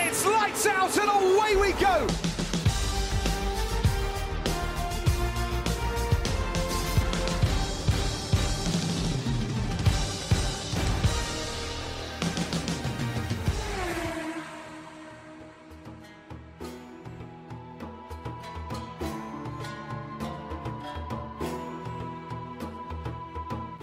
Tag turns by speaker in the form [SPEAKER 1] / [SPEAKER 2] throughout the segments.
[SPEAKER 1] us out and away we go!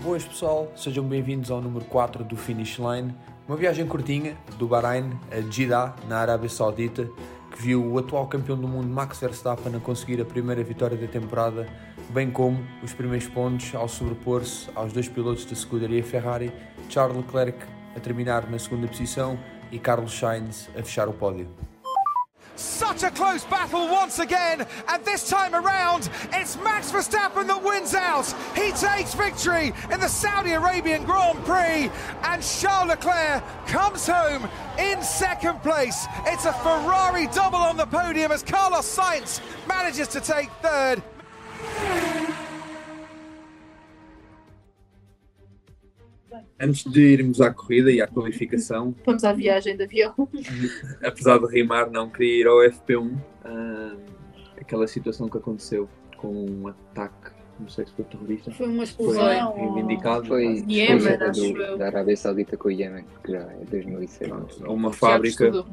[SPEAKER 2] Boas pessoal, sejam bem-vindos ao número 4 do Finish Line, uma viagem curtinha do Bahrein a Jeddah, na Arábia Saudita, que viu o atual campeão do mundo Max Verstappen a conseguir a primeira vitória da temporada, bem como os primeiros pontos ao sobrepor-se aos dois pilotos da escuderia Ferrari, Charles Leclerc a terminar na segunda posição e Carlos Sainz a fechar o pódio.
[SPEAKER 1] Such a close battle once again, and this time around, it's Max Verstappen that wins out. He takes victory in the Saudi Arabian Grand Prix, and Charles Leclerc comes home in second place. It's a Ferrari double on the podium as Carlos Sainz manages to take third.
[SPEAKER 3] Antes de irmos à corrida e à qualificação,
[SPEAKER 4] Vamos à viagem de avião.
[SPEAKER 3] apesar de rimar, não queria ir ao FP1. ah, aquela situação que aconteceu com um ataque, não sei se foi terrorista,
[SPEAKER 4] Foi uma
[SPEAKER 3] foi
[SPEAKER 4] explosão.
[SPEAKER 3] reivindicado.
[SPEAKER 5] Foi
[SPEAKER 3] mas-
[SPEAKER 4] Iémen,
[SPEAKER 5] foi a guerra
[SPEAKER 4] acho
[SPEAKER 5] do-
[SPEAKER 4] eu.
[SPEAKER 5] da Arábia Saudita com o Iémen, que já é 2007.
[SPEAKER 3] Pronto, a uma
[SPEAKER 4] Já
[SPEAKER 3] fábrica
[SPEAKER 4] estudou.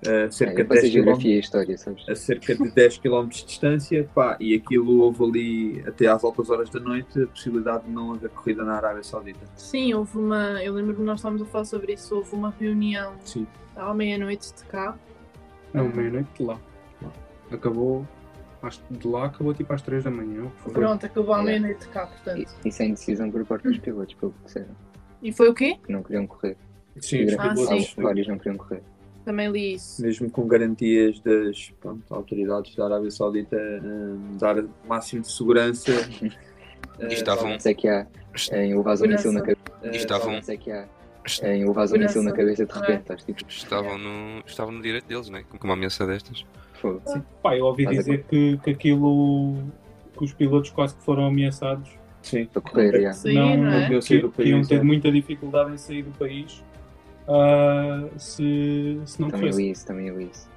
[SPEAKER 3] a cerca
[SPEAKER 5] É,
[SPEAKER 3] de
[SPEAKER 5] depois a
[SPEAKER 3] 10 km
[SPEAKER 5] geografia e a história, sabes?
[SPEAKER 3] a cerca de 10 km de distância, pá, e aquilo houve ali até às altas horas da noite a possibilidade de não haver corrida na Arábia Saudita.
[SPEAKER 4] Sim, houve uma. Eu lembro-me nós estávamos a falar sobre isso. Houve uma reunião
[SPEAKER 3] Sim.
[SPEAKER 4] à meia-noite de cá.
[SPEAKER 6] Não,
[SPEAKER 5] Uhum.
[SPEAKER 6] meia-noite É um de lá. Acabou. às- De lá acabou tipo às 3 da manhã. ou o que foi.
[SPEAKER 4] Pronto, acabou à
[SPEAKER 5] É.
[SPEAKER 4] meia-noite de cá, portanto.
[SPEAKER 5] E, e sem decisão por parte dos
[SPEAKER 4] Hum.
[SPEAKER 5] pilotos, pelo que disseram,
[SPEAKER 4] E foi o quê?
[SPEAKER 5] que não queriam correr.
[SPEAKER 3] Sim,
[SPEAKER 5] Grande-
[SPEAKER 4] pilotos-
[SPEAKER 5] alguns- vários não queriam correr.
[SPEAKER 4] Também li isso.
[SPEAKER 3] mesmo com garantias das pronto, autoridades da Arábia Saudita hum, dar o máximo de segurança. ah,
[SPEAKER 7] E estavam,
[SPEAKER 5] Mas é que há em o vaso
[SPEAKER 4] Segurança.
[SPEAKER 5] míssil na cabeça.
[SPEAKER 3] eh,
[SPEAKER 7] estavam,
[SPEAKER 5] Mas é que há em o vaso míssil na cabeça
[SPEAKER 4] é?
[SPEAKER 5] de repente, estás tipo,
[SPEAKER 7] estavam, no, estavam no direito deles, né? Com com uma ameaça destas.
[SPEAKER 5] fogo.
[SPEAKER 6] Sim. Pá, eu ouvi
[SPEAKER 5] Mas é
[SPEAKER 6] dizer que, que aquilo. que os pilotos quase que foram ameaçados.
[SPEAKER 3] ah, Sim.
[SPEAKER 5] Para correr, já.
[SPEAKER 4] Sair, não, é?
[SPEAKER 3] não-
[SPEAKER 6] que,
[SPEAKER 3] Eu saí do
[SPEAKER 6] que iam
[SPEAKER 3] país, é.
[SPEAKER 6] ter muita dificuldade em sair do país ah, se, se não
[SPEAKER 5] Também
[SPEAKER 6] fosse.
[SPEAKER 5] li isso, também li isso.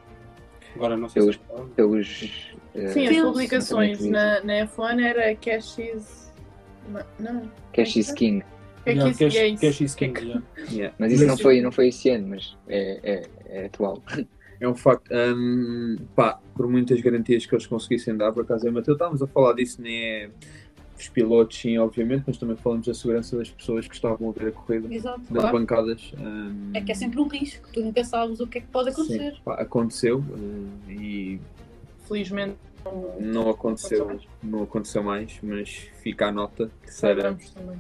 [SPEAKER 6] Agora não sei
[SPEAKER 5] Eu-
[SPEAKER 6] se. é
[SPEAKER 5] Pelos.
[SPEAKER 4] Sim,
[SPEAKER 5] eh,
[SPEAKER 4] as
[SPEAKER 5] também
[SPEAKER 4] publicações
[SPEAKER 5] li isso.
[SPEAKER 4] na, na F1 era Cash is. Não, Não.
[SPEAKER 5] Cash is King.
[SPEAKER 4] É
[SPEAKER 6] Yeah,
[SPEAKER 4] que isso é
[SPEAKER 6] cash,
[SPEAKER 4] isso.
[SPEAKER 6] cash is king, yeah.
[SPEAKER 3] Yeah.
[SPEAKER 5] Mas isso
[SPEAKER 6] Mas-
[SPEAKER 5] não foi, não foi esse ano, mas é, é, é atual.
[SPEAKER 3] É um facto. hum, pá, por muitas garantias que eles conseguissem dar, por acaso, eu e o Mateu, estávamos a falar disso, nem é dos pilotos, sim, obviamente, mas também falamos da segurança das pessoas que estavam a ver a corrida.
[SPEAKER 8] Exato.
[SPEAKER 3] nas
[SPEAKER 4] Claro.
[SPEAKER 3] bancadas. hum,
[SPEAKER 8] É que é sempre um risco, tu nunca sabes o que é que pode acontecer.
[SPEAKER 3] Sim, pá, aconteceu hum, e
[SPEAKER 4] Felizmente
[SPEAKER 3] não aconteceu,
[SPEAKER 4] Aconteceu
[SPEAKER 3] não aconteceu mais, mas fica a nota que será
[SPEAKER 4] saibamos também.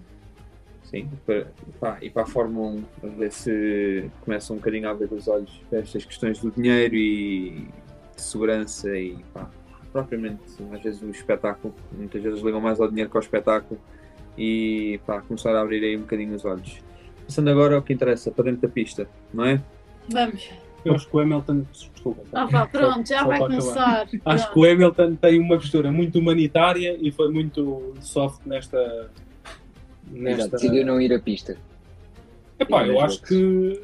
[SPEAKER 3] sim, para, pá, e para a Fórmula 1 a ver se começa um bocadinho a abrir os olhos para estas questões do dinheiro e de segurança e pá, propriamente às vezes o espetáculo, muitas vezes ligam mais ao dinheiro que ao espetáculo e pá, começar a abrir aí um bocadinho os olhos. Passando agora ao que interessa, para dentro da pista, não é?
[SPEAKER 8] Vamos.
[SPEAKER 6] Eu acho que o Hamilton. Desculpa. tá?
[SPEAKER 8] Ah, vá, pronto, já
[SPEAKER 6] Só
[SPEAKER 8] vai
[SPEAKER 6] para
[SPEAKER 8] começar.
[SPEAKER 6] Acho que o Hamilton tem uma postura muito humanitária e foi muito soft nesta.
[SPEAKER 5] Exato,
[SPEAKER 6] nesta...
[SPEAKER 5] Decidiu não ir à pista.
[SPEAKER 6] Epá, eu
[SPEAKER 5] Nas
[SPEAKER 6] acho que,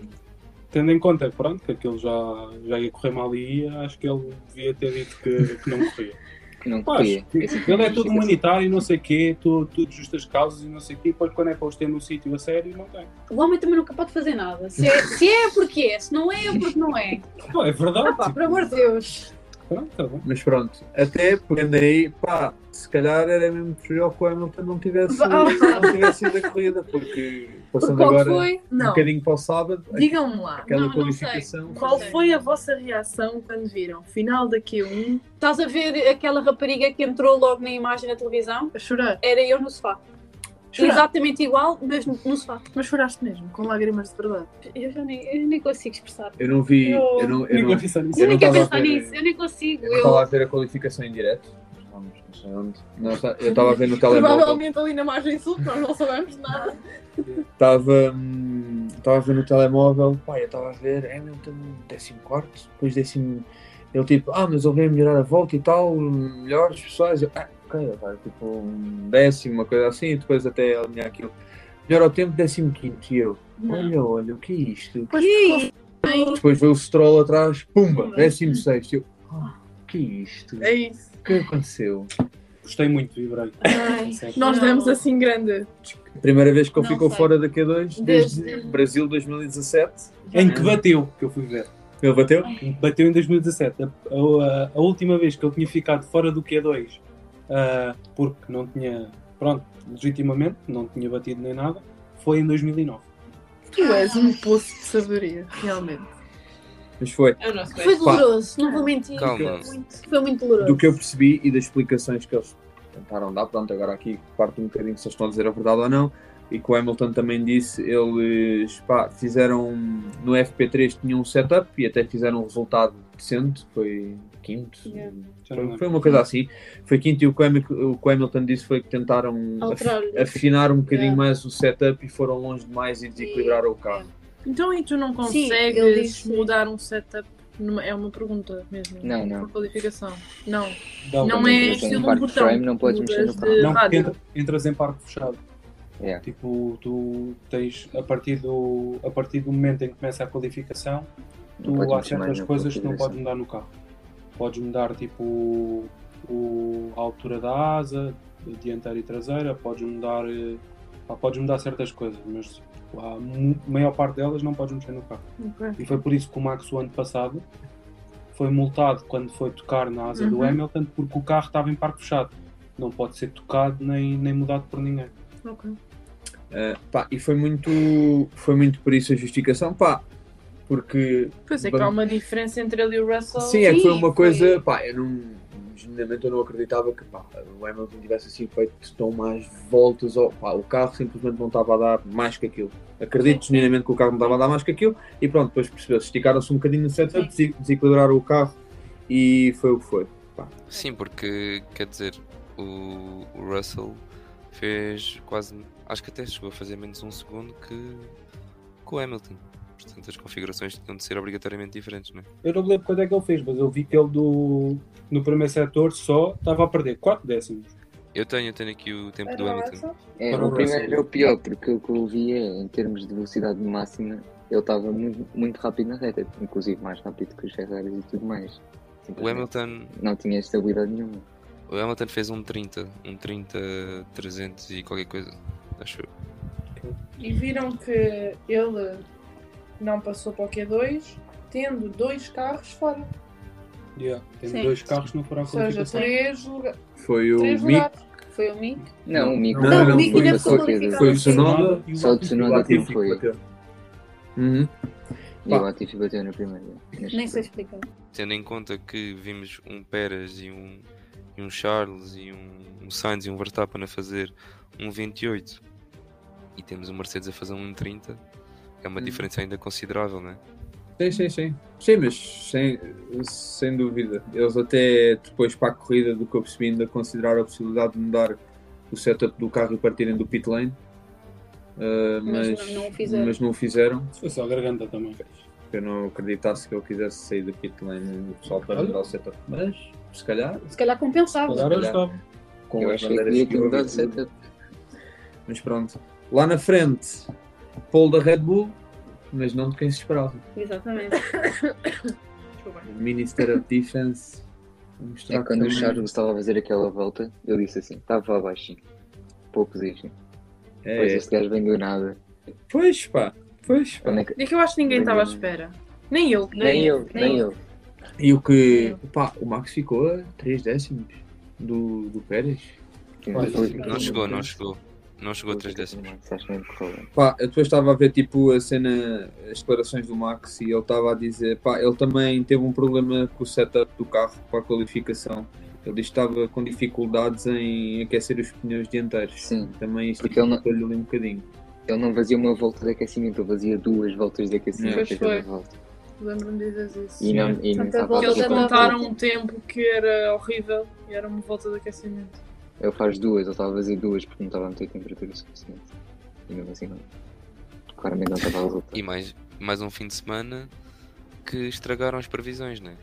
[SPEAKER 6] tendo em conta pronto, que aquilo já, já ia correr mal e ia, acho que ele devia ter dito que, que não corria.
[SPEAKER 5] Que não
[SPEAKER 6] Pá,
[SPEAKER 5] corria.
[SPEAKER 6] acho que
[SPEAKER 5] Esse tipo
[SPEAKER 6] Ele é
[SPEAKER 5] de
[SPEAKER 6] todo
[SPEAKER 5] justificação.
[SPEAKER 6] humanitário e não sei o quê, tudo, tudo justas causas e não sei o quê, e depois quando é para os ter num sítio a sério, não tem.
[SPEAKER 8] O homem também nunca pode fazer nada. Se é, se é porque é, se não é, é porque não é.
[SPEAKER 6] Pô, é verdade.
[SPEAKER 8] Ah, pá,
[SPEAKER 6] tipo,
[SPEAKER 8] por amor de Deus.
[SPEAKER 6] pronto, tá bom.
[SPEAKER 3] Mas pronto, até pegando aí, pá, se calhar era mesmo preferível que o Hamilton não tivesse, não tivesse ido a corrida, porque
[SPEAKER 8] Porque
[SPEAKER 3] passando
[SPEAKER 8] qual
[SPEAKER 3] agora
[SPEAKER 8] foi?
[SPEAKER 3] um
[SPEAKER 9] Não,
[SPEAKER 3] bocadinho para o sábado, é
[SPEAKER 9] digam-me lá.
[SPEAKER 3] aquela
[SPEAKER 8] Não, não
[SPEAKER 3] qualificação.
[SPEAKER 8] sei.
[SPEAKER 9] Qual foi a vossa reação quando viram? Final da Q1,
[SPEAKER 8] Estás a ver aquela rapariga que entrou logo na imagem da televisão?
[SPEAKER 9] a chorar.
[SPEAKER 8] Era eu no sofá.
[SPEAKER 9] Chorar.
[SPEAKER 8] Exatamente igual, mas no, no sofá.
[SPEAKER 9] Mas choraste mesmo, com lágrimas de verdade.
[SPEAKER 8] Eu já nem, eu nem consigo expressar.
[SPEAKER 3] Eu não vi.
[SPEAKER 8] Eu-
[SPEAKER 3] Eu, não, eu,
[SPEAKER 6] Eu
[SPEAKER 3] não,
[SPEAKER 6] nunca pensei nisso.
[SPEAKER 3] Eu
[SPEAKER 8] Eu
[SPEAKER 3] não
[SPEAKER 8] nem quero
[SPEAKER 3] tava a
[SPEAKER 8] pensar
[SPEAKER 3] ver-
[SPEAKER 8] nisso, eu nem consigo.
[SPEAKER 3] eu não
[SPEAKER 8] Eu,
[SPEAKER 3] estava a ver a qualificação em direto. Vamos, não sei onde. Não, está- eu estava a ver no telemóvel.
[SPEAKER 9] Provavelmente ali na margem sul, nós não sabemos nada.
[SPEAKER 3] Estava. hum, Estava a ver no telemóvel. Pá, eu estava a ver é, Hamilton 14, depois décimo. Ele tipo, ah, mas ele veio melhorar a volta e tal, melhores pessoais. Eu, ah, ok, ele vai tipo um décimo, uma coisa assim, e depois até alinhar aquilo. Melhor ao tempo, décimo quinto. E eu, olha, olha, o que é isto?
[SPEAKER 9] Pois,
[SPEAKER 3] Depois veio o Stroll atrás, pumba, 16. Eu, oh, que é isto?
[SPEAKER 9] É isso.
[SPEAKER 3] O que aconteceu?
[SPEAKER 6] Gostei muito, vibrei.
[SPEAKER 4] Ai,
[SPEAKER 6] Certo.
[SPEAKER 9] Nós
[SPEAKER 4] Não.
[SPEAKER 9] demos assim grande.
[SPEAKER 3] Primeira vez que eu
[SPEAKER 4] Não
[SPEAKER 3] fico
[SPEAKER 4] sei.
[SPEAKER 3] fora da Q2 desde,
[SPEAKER 4] Desde-
[SPEAKER 3] Brasil 2017.
[SPEAKER 6] Em que bateu, que eu fui ver.
[SPEAKER 3] Ele bateu?
[SPEAKER 6] Bateu em 2017. A, a- a última vez que ele tinha ficado fora do Q2, ah, porque não tinha, pronto, legitimamente, não tinha batido nem nada, foi em 2009.
[SPEAKER 9] Tu
[SPEAKER 8] Ah.
[SPEAKER 9] és um poço de sabedoria, realmente.
[SPEAKER 3] Mas foi.
[SPEAKER 10] É o nosso
[SPEAKER 8] Foi
[SPEAKER 3] Pá. é.
[SPEAKER 8] doloroso, não vou mentir.
[SPEAKER 7] Calma.
[SPEAKER 8] Muito- foi muito doloroso.
[SPEAKER 3] Do que eu percebi e das explicações que eles tentaram dar, pronto, agora aqui parte um bocadinho se eles estão a dizer a verdade ou não. E que o Hamilton também disse, eles pá, fizeram no FP3 tinham um setup e até fizeram um resultado decente, foi quinto,
[SPEAKER 8] Yeah.
[SPEAKER 6] Já não
[SPEAKER 3] Foi,
[SPEAKER 6] lembro.
[SPEAKER 3] foi uma coisa assim. Foi quinto e o que o Hamil- o que o Hamilton disse foi que tentaram
[SPEAKER 8] Alterar.
[SPEAKER 3] af- afinar um bocadinho
[SPEAKER 8] Yeah.
[SPEAKER 3] mais o setup e foram longe demais e desequilibraram o carro.
[SPEAKER 9] Então e tu não
[SPEAKER 8] ele
[SPEAKER 9] consegues
[SPEAKER 8] disse-
[SPEAKER 9] mudar um setup? numa- É uma pergunta mesmo.
[SPEAKER 5] Não, não.
[SPEAKER 9] Por qualificação. Não.
[SPEAKER 6] Dá
[SPEAKER 9] Não
[SPEAKER 6] outra
[SPEAKER 9] é
[SPEAKER 6] vez.
[SPEAKER 5] Entras em
[SPEAKER 9] estilo um
[SPEAKER 5] parque
[SPEAKER 9] botão.
[SPEAKER 5] frame, não podes mexer no
[SPEAKER 9] Mudas
[SPEAKER 5] carro.
[SPEAKER 9] de-
[SPEAKER 6] Não, porque
[SPEAKER 9] rádio.
[SPEAKER 6] entra- entras em parque fechado.
[SPEAKER 5] Yeah.
[SPEAKER 6] Tipo, tu tens, a partir, do, a partir do momento em que começa a qualificação,
[SPEAKER 5] Não assim.
[SPEAKER 6] tu
[SPEAKER 5] podes
[SPEAKER 6] há
[SPEAKER 5] mexer mais
[SPEAKER 6] certas
[SPEAKER 5] na
[SPEAKER 6] coisas que não
[SPEAKER 5] configuração.
[SPEAKER 6] podes mudar no carro. Podes mudar tipo o, a altura da asa, dianteira e traseira, podes mudar, eh, pá, podes mudar certas coisas, mas tipo, há mu- a maior parte delas não podes mexer no carro. E foi por isso que o Max o ano passado foi multado quando foi tocar na asa do Hamilton porque o carro estava em parque fechado. Não pode ser tocado nem, nem mudado por ninguém.
[SPEAKER 9] Ok.
[SPEAKER 3] Uh, pá, e foi muito, foi muito por isso a justificação, pá, porque
[SPEAKER 9] Pois é que há uma diferença entre ele e o Russell.
[SPEAKER 3] sim, é que foi
[SPEAKER 8] sim,
[SPEAKER 3] uma
[SPEAKER 8] foi-
[SPEAKER 3] coisa, pá, eu não, genuinamente eu não acreditava que pá, o Hamilton tivesse assim feito tão mais voltas, ou, pá, o carro simplesmente não estava a dar mais que aquilo. Acredito genuinamente que o carro não estava a dar mais que aquilo, e pronto, depois percebeu-se, esticaram-se um bocadinho no setup, desi- desequilibraram o carro, e foi o que foi.
[SPEAKER 7] Sim, porque quer dizer, o, o Russell fez quase. Acho que até chegou a fazer menos um segundo que, que o Hamilton. Portanto, as configurações tinham de ser obrigatoriamente diferentes, não é?
[SPEAKER 6] Eu não me lembro quando é que ele fez, mas eu vi que ele do, no primeiro setor só estava a perder 4 décimos.
[SPEAKER 7] Eu tenho, eu tenho aqui o tempo
[SPEAKER 10] Para
[SPEAKER 7] do
[SPEAKER 10] o
[SPEAKER 7] Hamilton.
[SPEAKER 10] Russell?
[SPEAKER 5] É,
[SPEAKER 6] Para
[SPEAKER 5] o
[SPEAKER 6] o
[SPEAKER 5] primeiro
[SPEAKER 6] Russell.
[SPEAKER 5] é o pior, porque o que eu vi é, em termos de velocidade máxima, ele estava muito, muito rápido na reta, inclusive mais rápido que os Ferraris e tudo mais.
[SPEAKER 7] O Hamilton,
[SPEAKER 5] Não tinha estabilidade nenhuma.
[SPEAKER 7] o Hamilton fez um 30, um 30, 300 e qualquer coisa, acho eu.
[SPEAKER 9] E viram que ele não passou para o Q2, tendo dois carros fora.
[SPEAKER 6] Yeah. Tem
[SPEAKER 8] Sim.
[SPEAKER 6] dois carros que não foram à
[SPEAKER 9] Ou seja,
[SPEAKER 6] qualificação.
[SPEAKER 9] três, lugar...
[SPEAKER 3] Foi o
[SPEAKER 9] três
[SPEAKER 3] Mick,
[SPEAKER 9] lugares. Foi o Mick.
[SPEAKER 5] Não, o Mick
[SPEAKER 3] Não, o Mick
[SPEAKER 5] foi
[SPEAKER 3] ainda
[SPEAKER 5] na
[SPEAKER 8] ficou
[SPEAKER 5] sua queda.
[SPEAKER 8] qualificado.
[SPEAKER 3] foi o Tsunoda,
[SPEAKER 6] e o
[SPEAKER 5] Só o
[SPEAKER 6] Latifi.
[SPEAKER 3] o
[SPEAKER 5] Tsunoda que não
[SPEAKER 3] Latifi.
[SPEAKER 5] foi.
[SPEAKER 3] bateu. Uhum.
[SPEAKER 5] E o Latifi bateu na primeira. neste
[SPEAKER 8] Nem sei
[SPEAKER 5] primeiro.
[SPEAKER 8] explicar.
[SPEAKER 7] Tendo em conta que vimos um Pérez e um, e um Charles e um, um Sainz e um Verstappen a fazer um 28 e temos o Mercedes a fazer um 30, é uma
[SPEAKER 3] Hum.
[SPEAKER 7] diferença ainda considerável, não é?
[SPEAKER 3] Sim, sim, sim. Sim, mas sem, sem dúvida. Eles até depois para a corrida do que eu percebi ainda consideraram a possibilidade de mudar o setup do carro e partirem do pit lane. Uh, mas,
[SPEAKER 8] Mas não- não o fizeram.
[SPEAKER 3] mas não o fizeram.
[SPEAKER 6] Foi só a garganta também.
[SPEAKER 3] Eu não acreditasse que eu quisesse sair do pit lane só para
[SPEAKER 6] Olha.
[SPEAKER 3] mudar o setup. Mas, se calhar,
[SPEAKER 8] Se calhar compensava.
[SPEAKER 6] Agora eu estava.
[SPEAKER 3] com
[SPEAKER 5] Eu
[SPEAKER 3] as
[SPEAKER 5] acho que
[SPEAKER 3] bandeiras
[SPEAKER 5] devia
[SPEAKER 3] que
[SPEAKER 5] ter
[SPEAKER 3] eu
[SPEAKER 5] mudado
[SPEAKER 3] ouvi,
[SPEAKER 5] de setup.
[SPEAKER 3] Mas pronto. Lá na frente, pole da Red Bull, mas não de quem se esperava.
[SPEAKER 8] Exatamente.
[SPEAKER 3] Minister of Defense. a mostrar
[SPEAKER 5] É
[SPEAKER 3] que
[SPEAKER 5] quando o
[SPEAKER 3] também-
[SPEAKER 5] Charles estava a fazer aquela volta, eu disse assim: estava abaixinho. Poucos dizem. Pois
[SPEAKER 3] É,
[SPEAKER 5] este gajo vem do nada.
[SPEAKER 3] Pois pá, pois pá.
[SPEAKER 5] Quando é que-
[SPEAKER 9] É que eu acho que ninguém
[SPEAKER 5] Nem
[SPEAKER 9] estava à
[SPEAKER 5] eu.
[SPEAKER 9] espera. Nem eu.
[SPEAKER 5] Nem eu, nem eu.
[SPEAKER 3] E o que. Pá, o Max ficou a 3 décimos do, do Pérez.
[SPEAKER 7] Não
[SPEAKER 3] é
[SPEAKER 7] chegou, não chegou. Não chegou a 3 décimos.
[SPEAKER 5] é
[SPEAKER 3] Pá, eu depois estava a ver tipo a cena, as declarações do Max e ele estava a dizer, pá, ele também teve um problema com o setup do carro para a qualificação. Ele disse que estava com dificuldades em aquecer os pneus dianteiros.
[SPEAKER 5] Sim.
[SPEAKER 3] Também isto
[SPEAKER 5] Porque ele não-
[SPEAKER 3] dificultou-lhe ali um bocadinho.
[SPEAKER 5] Ele não fazia uma volta de aquecimento, ele fazia duas voltas de aquecimento. é
[SPEAKER 9] Pois
[SPEAKER 5] a cada volta.
[SPEAKER 9] Lembro-me de dizer isso.
[SPEAKER 5] E não, e não
[SPEAKER 8] Tanta
[SPEAKER 5] estava a
[SPEAKER 8] volta,
[SPEAKER 9] Eles
[SPEAKER 8] Volta
[SPEAKER 5] voltar.
[SPEAKER 8] da
[SPEAKER 9] contaram um tempo que era horrível e era uma volta de aquecimento.
[SPEAKER 5] Ele faz duas, ele estava a fazer duas porque não estava a meter temperatura suficiente. E mesmo assim, não. Claramente não estava a voltar.
[SPEAKER 7] E mais, mais um fim de semana que estragaram as previsões, não é?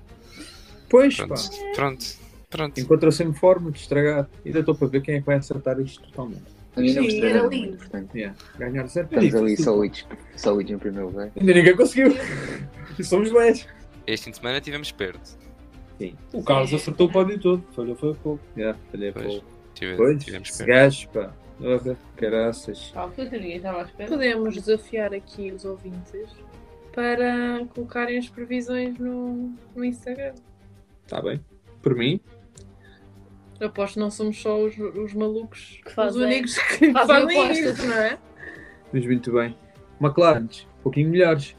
[SPEAKER 3] Pois
[SPEAKER 7] Pronto,
[SPEAKER 3] pá,
[SPEAKER 7] pronto, pronto.
[SPEAKER 3] encontrou sempre forma de estragar. Ainda estou para ver quem é que vai acertar isto totalmente.
[SPEAKER 5] A mim não
[SPEAKER 8] Sim,
[SPEAKER 5] me
[SPEAKER 8] era
[SPEAKER 5] estranhou
[SPEAKER 8] lindo.
[SPEAKER 5] muito, portanto.
[SPEAKER 3] Ganhar zero
[SPEAKER 7] É
[SPEAKER 5] Estamos ali sólidos, sólidos em primeiro lugar.
[SPEAKER 3] Ainda ninguém conseguiu. Somos leves.
[SPEAKER 7] Este fim de semana tivemos perto.
[SPEAKER 6] O Carlos acertou o pódio todo, falhou foi pouco.
[SPEAKER 3] Yeah, olha,
[SPEAKER 7] Pois.
[SPEAKER 3] pô.
[SPEAKER 7] Tive-
[SPEAKER 3] Pois,
[SPEAKER 7] tivemos
[SPEAKER 3] se
[SPEAKER 7] perto.
[SPEAKER 3] gajo, pá. Ora, Caraças.
[SPEAKER 9] Ah, pois ninguém estava à espera. Podemos desafiar aqui os ouvintes para colocarem as previsões no, no Instagram.
[SPEAKER 3] Está Tá bem. Por mim,
[SPEAKER 9] Aposto que não somos só os, os malucos, os
[SPEAKER 8] fazem-
[SPEAKER 9] únicos que
[SPEAKER 8] fazem
[SPEAKER 9] fazem
[SPEAKER 8] apostas.
[SPEAKER 9] isso, não é?
[SPEAKER 3] mas muito bem. McLaren, um pouquinho melhores.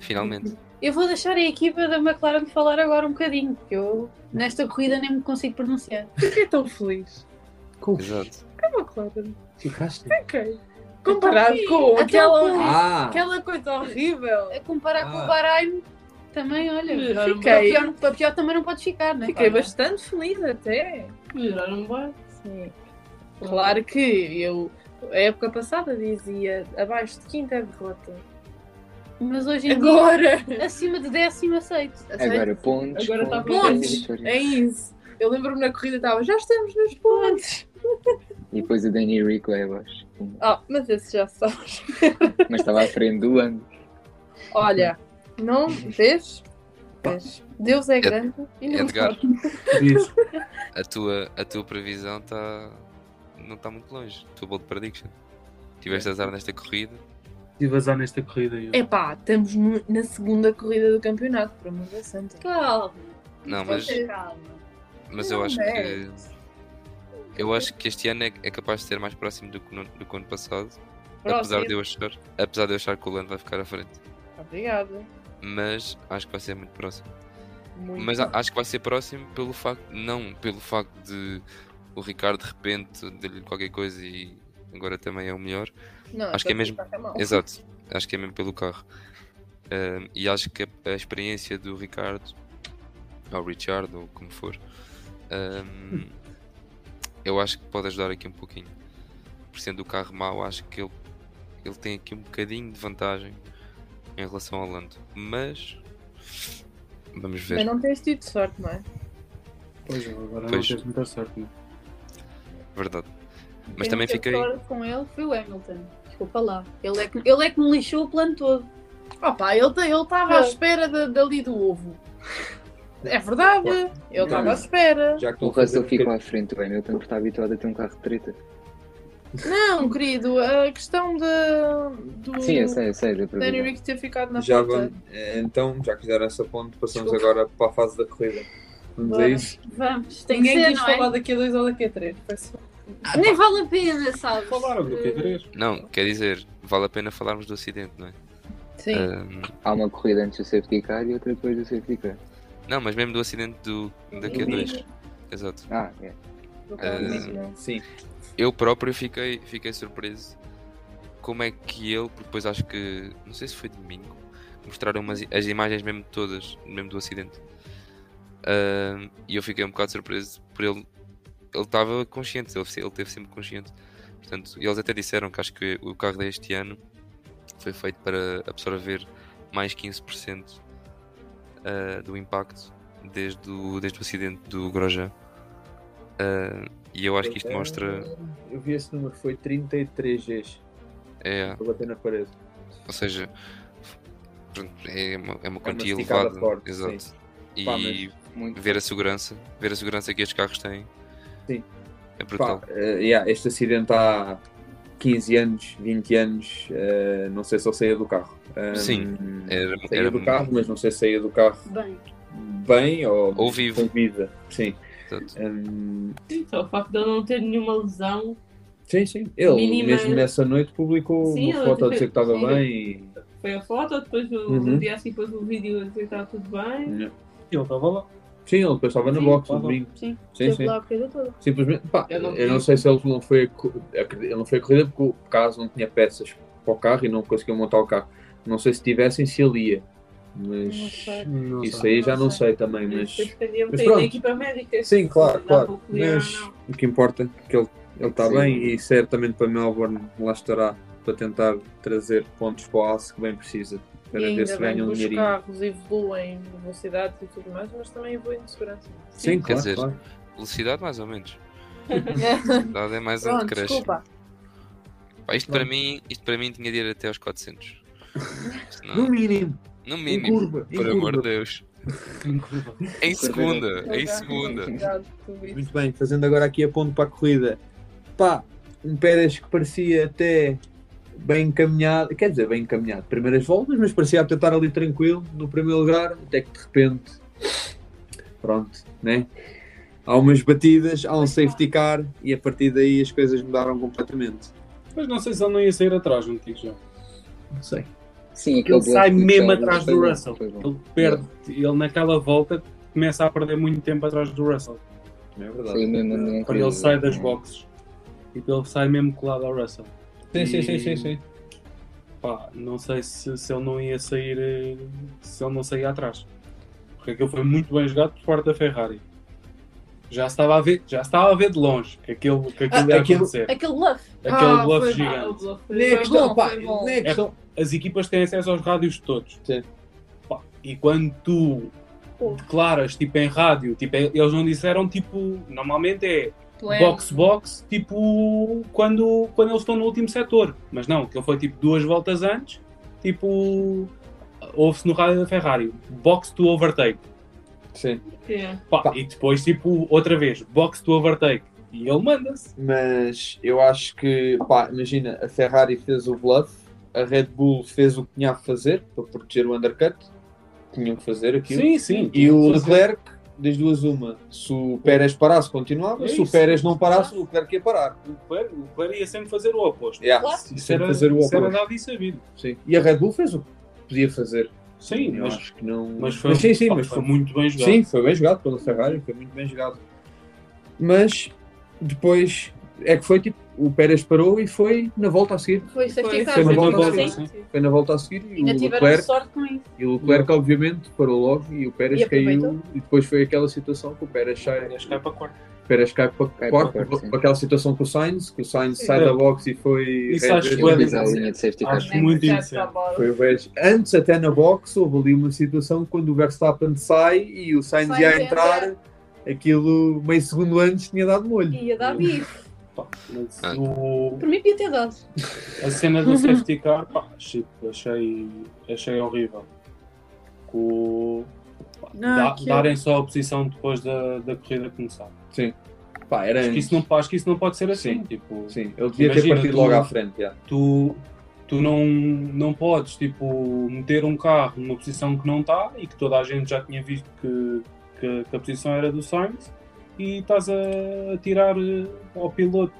[SPEAKER 7] Finalmente.
[SPEAKER 8] Eu vou deixar a equipa da McLaren falar agora um bocadinho, porque eu nesta corrida nem me consigo pronunciar.
[SPEAKER 9] Porquê é tão feliz?
[SPEAKER 7] Exato.
[SPEAKER 9] É uma clara.
[SPEAKER 3] Ficaste?
[SPEAKER 9] Ok.
[SPEAKER 8] Então
[SPEAKER 9] Comparado com aquela,
[SPEAKER 3] Ah!
[SPEAKER 9] aquela coisa horrível.
[SPEAKER 8] A É comparar com
[SPEAKER 3] Ah.
[SPEAKER 8] o Bahrein, também, olha, para
[SPEAKER 9] Fiquei.
[SPEAKER 8] pior, para pior também não pode ficar, não é?
[SPEAKER 9] Fiquei bastante feliz até.
[SPEAKER 4] Melhoraram bem.
[SPEAKER 9] Sim. Claro que eu, a época passada, dizia abaixo de quinta derrota.
[SPEAKER 8] Mas hoje em dia,
[SPEAKER 9] Agora!
[SPEAKER 8] acima de décimo aceito.
[SPEAKER 3] É
[SPEAKER 5] Agora pontos.
[SPEAKER 4] Agora está
[SPEAKER 9] tá Pontos!
[SPEAKER 5] vitória.
[SPEAKER 9] É isso. Eu lembro-me na corrida estava, já estamos nos pontos.
[SPEAKER 5] E depois o Danny Rico é abaixo.
[SPEAKER 9] Ah, mas esse já sabes.
[SPEAKER 5] Mas estava à frente do ano.
[SPEAKER 9] Olha, não vês? Vês? Deus é grande e não
[SPEAKER 7] Edgar.
[SPEAKER 9] sabe.
[SPEAKER 6] Diz,
[SPEAKER 7] A tua, a tua previsão tá, não está muito longe. A tua bold prediction.
[SPEAKER 9] É.
[SPEAKER 7] Tiveste azar nesta corrida.
[SPEAKER 6] tive azar nesta corrida. eu.
[SPEAKER 9] Epá, estamos no- na segunda corrida do campeonato, por amor da santa.
[SPEAKER 8] Calma,
[SPEAKER 7] Não, mas,
[SPEAKER 8] calma.
[SPEAKER 7] mas eu
[SPEAKER 9] Não
[SPEAKER 7] acho
[SPEAKER 9] é.
[SPEAKER 7] que. Eu acho que este ano é, é capaz de ser mais próximo do que, no, do que o ano passado. Apesar de, eu achar, apesar de eu achar que o Lando vai ficar à frente.
[SPEAKER 9] Obrigada.
[SPEAKER 7] Mas acho que vai ser muito próximo.
[SPEAKER 9] Muito
[SPEAKER 7] Mas a- acho que vai ser próximo pelo facto. Não, pelo facto de o Ricardo de repente deu-lhe qualquer coisa e agora também é o melhor.
[SPEAKER 9] Não,
[SPEAKER 7] acho que é
[SPEAKER 9] então
[SPEAKER 7] mesmo-
[SPEAKER 9] tá mal.
[SPEAKER 7] Exato, acho que é mesmo pelo carro. Ahm, e acho que a, a experiência do Ricardo, ou Richard, ou como for, ahm, eu acho que pode ajudar aqui um pouquinho. Por sendo o carro mau, acho que ele, ele tem aqui um bocadinho de vantagem em relação ao Lando. Mas vamos
[SPEAKER 9] Mas
[SPEAKER 7] ver,
[SPEAKER 9] não tens tido sorte, não é?
[SPEAKER 6] Pois, agora
[SPEAKER 7] Pois.
[SPEAKER 6] não teve muita sorte. não. é?
[SPEAKER 7] verdade. Mas também fiquei.
[SPEAKER 8] com ele foi o Hamilton. Desculpa lá. Ele é que, ele é que me lixou o plano todo.
[SPEAKER 9] Opa, ele tá- ele estava à
[SPEAKER 8] Não.
[SPEAKER 9] espera da- dali do ovo. É verdade. Ele estava à espera.
[SPEAKER 3] Já que estão
[SPEAKER 5] O
[SPEAKER 3] a fazer
[SPEAKER 5] Russell
[SPEAKER 3] um
[SPEAKER 5] ficou à frente do Hamilton porque está habituado a ter um carro de treta.
[SPEAKER 9] Não, querido, a questão da do
[SPEAKER 5] Sim, eu sei, eu sei. Da
[SPEAKER 9] Hum. Danny
[SPEAKER 5] previsão.
[SPEAKER 9] Rick ter ficado na
[SPEAKER 3] Já
[SPEAKER 9] ponta.
[SPEAKER 3] vamos, eh, então, já que fizeram essa ponte, passamos
[SPEAKER 9] Desculpa.
[SPEAKER 3] agora para a fase da corrida. Vamos a
[SPEAKER 9] Bora.
[SPEAKER 3] isso?
[SPEAKER 8] Vamos, tem
[SPEAKER 9] Ninguém
[SPEAKER 8] que ser,
[SPEAKER 9] quis
[SPEAKER 8] não
[SPEAKER 9] falar
[SPEAKER 8] é?
[SPEAKER 9] daqui a dois ou daqui a três. Parece-
[SPEAKER 8] Nem vale a pena, sabes? Eh,
[SPEAKER 6] Falaram do Q3.
[SPEAKER 7] Não, quer dizer, vale a pena falarmos do acidente, não é?
[SPEAKER 9] Sim.
[SPEAKER 7] Ahm,
[SPEAKER 5] Há uma corrida antes do safety car e outra depois do safety car.
[SPEAKER 7] não, mas mesmo do acidente do, da Q2. Exato.
[SPEAKER 5] Ah, é.
[SPEAKER 9] Não falo
[SPEAKER 7] eh,
[SPEAKER 3] é,
[SPEAKER 9] disso, não.
[SPEAKER 3] Sim.
[SPEAKER 7] eu próprio fiquei, fiquei surpreso como é que ele, porque depois acho que, não sei se foi domingo, mostraram umas, as imagens mesmo todas, mesmo do acidente. Ahm, e eu fiquei um bocado surpreso por ele. Ele estava consciente, ele, se- ele esteve sempre consciente. Portanto, eles até disseram que acho que o carro deste ano foi feito para absorver mais 15% ah, do impacto desde o, desde o acidente do Grosjean. Ah, e eu acho que isto mostra.
[SPEAKER 3] Eu vi esse número, foi 33 Gs.
[SPEAKER 7] É,
[SPEAKER 3] Para bater na parede.
[SPEAKER 7] ou seja, pronto, é uma, é uma quantia
[SPEAKER 3] esticada
[SPEAKER 7] elevada.
[SPEAKER 3] forte,
[SPEAKER 7] exato.
[SPEAKER 3] sim.
[SPEAKER 7] E
[SPEAKER 3] Pá, mas-
[SPEAKER 5] Muito.
[SPEAKER 7] ver a segurança, ver a segurança que estes carros têm.
[SPEAKER 3] Sim.
[SPEAKER 7] É
[SPEAKER 3] Pá,
[SPEAKER 7] brutal.
[SPEAKER 3] eh, yeah, este acidente há 15 anos, 20 anos, eh, não sei se ele saía do carro. Ahm,
[SPEAKER 7] Sim, era-
[SPEAKER 3] saía
[SPEAKER 7] era
[SPEAKER 3] do
[SPEAKER 7] muito-
[SPEAKER 3] carro, mas não sei se saía do carro
[SPEAKER 8] Bem,
[SPEAKER 3] bem ou,
[SPEAKER 7] Ou vivo.
[SPEAKER 3] com vida. Sim.
[SPEAKER 7] Exato.
[SPEAKER 3] Ahm,
[SPEAKER 4] Então, o facto de ele não ter nenhuma lesão.
[SPEAKER 3] sim, sim. Ele,
[SPEAKER 4] Mínima-
[SPEAKER 3] mesmo nessa noite, publicou
[SPEAKER 4] Sim,
[SPEAKER 3] uma
[SPEAKER 4] ele-
[SPEAKER 3] foto a dizer que estava
[SPEAKER 4] sim.
[SPEAKER 3] bem
[SPEAKER 4] Foi a foto, depois o
[SPEAKER 3] Uhum.
[SPEAKER 4] no dia assim pôs o vídeo a dizer que estava tudo
[SPEAKER 3] e.
[SPEAKER 4] bem.
[SPEAKER 6] Ele estava lá.
[SPEAKER 3] Sim, ele depois estava na
[SPEAKER 4] Sim,
[SPEAKER 3] box,
[SPEAKER 6] estava.
[SPEAKER 3] domingo.
[SPEAKER 4] Sim,
[SPEAKER 3] sim,
[SPEAKER 8] teve lá a corrida toda.
[SPEAKER 3] Simplesmente, pá, eu
[SPEAKER 4] Eu
[SPEAKER 3] não,
[SPEAKER 4] não-
[SPEAKER 3] sei se ele não foi a, co- acredi- ele não foi a corrida porque o caso não tinha peças para o carro e não conseguiu montar o carro. Não sei se tivessem, se ele ia.
[SPEAKER 4] Não
[SPEAKER 3] Mas
[SPEAKER 4] sei.
[SPEAKER 6] Não
[SPEAKER 3] isso
[SPEAKER 6] sei.
[SPEAKER 3] aí já
[SPEAKER 4] Não
[SPEAKER 3] não
[SPEAKER 4] sei.
[SPEAKER 3] sei também, mas
[SPEAKER 4] Depois perdia um
[SPEAKER 3] mas
[SPEAKER 4] bocadinho
[SPEAKER 3] pronto.
[SPEAKER 4] da equipa médica.
[SPEAKER 3] Sim, claro,
[SPEAKER 4] Não
[SPEAKER 3] claro.
[SPEAKER 4] vou colher,
[SPEAKER 3] Mas
[SPEAKER 4] não.
[SPEAKER 3] o que importa é que ele ele está
[SPEAKER 5] Sim.
[SPEAKER 3] bem e certamente para Melbourne lá estará para tentar trazer pontos para o Alce que bem precisa para
[SPEAKER 9] E ainda
[SPEAKER 3] ver se
[SPEAKER 9] bem
[SPEAKER 3] ganha um
[SPEAKER 9] que os
[SPEAKER 3] dinheirinho.
[SPEAKER 9] carros evoluem em velocidades e tudo mais, mas também evoluem em segurança.
[SPEAKER 3] Sim,
[SPEAKER 7] Quer
[SPEAKER 3] claro,
[SPEAKER 7] dizer,
[SPEAKER 3] claro.
[SPEAKER 7] Velocidade mais ou menos. Velocidade é mais onde
[SPEAKER 9] Pronto,
[SPEAKER 7] cresce.
[SPEAKER 9] desculpa.
[SPEAKER 7] Pá, isto para mim, isto para mim tinha de ir até aos 400. Isto
[SPEAKER 3] No
[SPEAKER 7] não-
[SPEAKER 3] mínimo.
[SPEAKER 7] No
[SPEAKER 3] Em
[SPEAKER 7] ah, mínimo,
[SPEAKER 3] curva, em
[SPEAKER 7] por amor de
[SPEAKER 3] curva.
[SPEAKER 7] Deus.
[SPEAKER 6] Em curva.
[SPEAKER 5] Curva.
[SPEAKER 7] Em segunda, em segunda.
[SPEAKER 3] Muito bem, fazendo agora aqui a ponto para a corrida. Pá, um Pérez que parecia até bem encaminhado, quer dizer, bem encaminhado, primeiras voltas, mas parecia até estar ali tranquilo, no primeiro lugar, até que de repente, pronto, né? Há umas batidas, há um safety car e a partir daí as coisas mudaram completamente.
[SPEAKER 6] Mas não sei se ele não ia sair atrás, não te digo já.
[SPEAKER 3] Não sei.
[SPEAKER 5] Sim, aquele
[SPEAKER 6] Ele sai
[SPEAKER 5] duelo que
[SPEAKER 6] mesmo
[SPEAKER 5] foi bom,
[SPEAKER 6] atrás
[SPEAKER 5] foi
[SPEAKER 6] do
[SPEAKER 5] bom,
[SPEAKER 6] Russell.
[SPEAKER 5] foi bom.
[SPEAKER 6] Ele perde, ele naquela volta começa a perder muito tempo atrás do Russell.
[SPEAKER 3] É
[SPEAKER 5] Foi
[SPEAKER 3] verdade.
[SPEAKER 5] mesmo né? mesmo
[SPEAKER 6] Quando ele sai das boxes. Tipo, ele sai mesmo colado ao Russell.
[SPEAKER 2] Sim, sim, sim, sim, sim.
[SPEAKER 6] Pá, não sei se, se ele não ia sair. eh, Se ele não saía atrás. Porque aquilo foi muito bem jogado por parte da Ferrari. Já se estava a ver, já se estava a ver de longe que aquilo, que aquilo
[SPEAKER 2] Ah,
[SPEAKER 6] ia
[SPEAKER 3] aquilo-
[SPEAKER 6] acontecer.
[SPEAKER 8] Aquele bluff.
[SPEAKER 6] Aquele
[SPEAKER 9] Ah,
[SPEAKER 6] bluff gigante.
[SPEAKER 4] Nem é questão, pá.
[SPEAKER 3] Nem é questão.
[SPEAKER 6] as equipas têm acesso aos rádios de todos.
[SPEAKER 3] Sim.
[SPEAKER 6] Pá, e quando tu declaras tipo em rádio, tipo, é- eles não disseram tipo, normalmente é box box, tipo quando, quando eles estão no último setor. Mas não, que foi tipo duas voltas antes, tipo ouve-se no rádio da Ferrari, box to overtake.
[SPEAKER 5] É.
[SPEAKER 3] Sim.
[SPEAKER 6] Pá,
[SPEAKER 3] Pá.
[SPEAKER 6] E depois tipo outra vez, box to overtake. E ele manda-se.
[SPEAKER 3] mas eu acho que, pá, imagina, a Ferrari fez o bluff, a Red Bull fez o que tinha a fazer para proteger o undercut, tinham que fazer aquilo.
[SPEAKER 6] Sim, sim.
[SPEAKER 3] E o Leclerc, das duas, uma, se o Pérez parasse, continuava,
[SPEAKER 6] É
[SPEAKER 3] se o
[SPEAKER 6] isso.
[SPEAKER 3] Pérez não parasse, o Leclerc ia parar.
[SPEAKER 6] O Leclerc- o Leclerc ia sempre fazer o oposto.
[SPEAKER 3] Yeah,
[SPEAKER 8] Claro.
[SPEAKER 3] sem
[SPEAKER 6] Isso era,
[SPEAKER 3] fazer o
[SPEAKER 6] isso era
[SPEAKER 3] upgrade.
[SPEAKER 6] dado e sabido.
[SPEAKER 3] Sim. E a Red Bull fez o que podia fazer.
[SPEAKER 6] Sim,
[SPEAKER 3] eu
[SPEAKER 6] mas,
[SPEAKER 3] acho que não.
[SPEAKER 6] mas foi,
[SPEAKER 3] sim, sim,
[SPEAKER 6] pá,
[SPEAKER 3] mas
[SPEAKER 6] foi um
[SPEAKER 3] foi
[SPEAKER 6] muito bem jogado.
[SPEAKER 3] Sim, foi bem jogado pela Ferrari, foi muito bem jogado. Mas depois é que foi tipo, o Pérez parou e foi na volta a seguir.
[SPEAKER 8] Foi safety car.
[SPEAKER 3] Foi uma
[SPEAKER 8] foi
[SPEAKER 3] boa
[SPEAKER 8] tudo
[SPEAKER 3] volta,
[SPEAKER 8] assim.
[SPEAKER 6] sim.
[SPEAKER 3] Foi na volta a seguir e
[SPEAKER 8] Ainda
[SPEAKER 3] o
[SPEAKER 8] tiveram
[SPEAKER 3] Leclerc
[SPEAKER 8] sorte com isso.
[SPEAKER 3] E o Leclerc, obviamente, parou logo e o Pérez
[SPEAKER 8] E aproveitou.
[SPEAKER 3] caiu. E depois foi aquela situação que o Pérez sai,
[SPEAKER 6] Acho que vai para quarto.
[SPEAKER 3] o Pérez cai para
[SPEAKER 5] Cai
[SPEAKER 3] quarto,
[SPEAKER 5] para quarto, sim.
[SPEAKER 3] para aquela situação com o Sainz, que o Sainz sai
[SPEAKER 6] É.
[SPEAKER 3] da box e foi.
[SPEAKER 6] Isso
[SPEAKER 3] Red-
[SPEAKER 6] acho
[SPEAKER 3] Red-
[SPEAKER 6] que é
[SPEAKER 5] Ele pisa a
[SPEAKER 6] Sim.
[SPEAKER 5] linha de safety car.
[SPEAKER 6] Acho muito
[SPEAKER 8] Já
[SPEAKER 9] tá
[SPEAKER 6] insano.
[SPEAKER 8] está a bola.
[SPEAKER 3] Foi o Red. Antes, até na box, houve ali uma situação quando o Verstappen sai e o Sainz
[SPEAKER 8] Sainz
[SPEAKER 3] ia
[SPEAKER 8] ia
[SPEAKER 3] entrar, aquilo meio segundo antes tinha dado molho.
[SPEAKER 8] Ia dar bife.
[SPEAKER 6] Pá, mas
[SPEAKER 7] Ah.
[SPEAKER 6] o-
[SPEAKER 8] Por mim, podia ter dado.
[SPEAKER 6] a cena do safety car, pá, achei, achei, achei horrível. Com, pá,
[SPEAKER 9] Não,
[SPEAKER 6] da-
[SPEAKER 9] aquilo-
[SPEAKER 6] darem só a posição depois da, da corrida começar.
[SPEAKER 3] Pá, era
[SPEAKER 6] Acho que,
[SPEAKER 3] antes.
[SPEAKER 6] isso não, acho que isso não pode ser assim.
[SPEAKER 3] Sim.
[SPEAKER 6] Tipo,
[SPEAKER 3] Sim, ele devia ter
[SPEAKER 6] Imagina,
[SPEAKER 3] partido
[SPEAKER 6] tu-
[SPEAKER 3] logo à frente. já.
[SPEAKER 6] tu, tu não, não podes tipo, meter um carro numa posição que não está e que toda a gente já tinha visto que, que, que a posição era do Sainz e estás a, a tirar eh, ao piloto,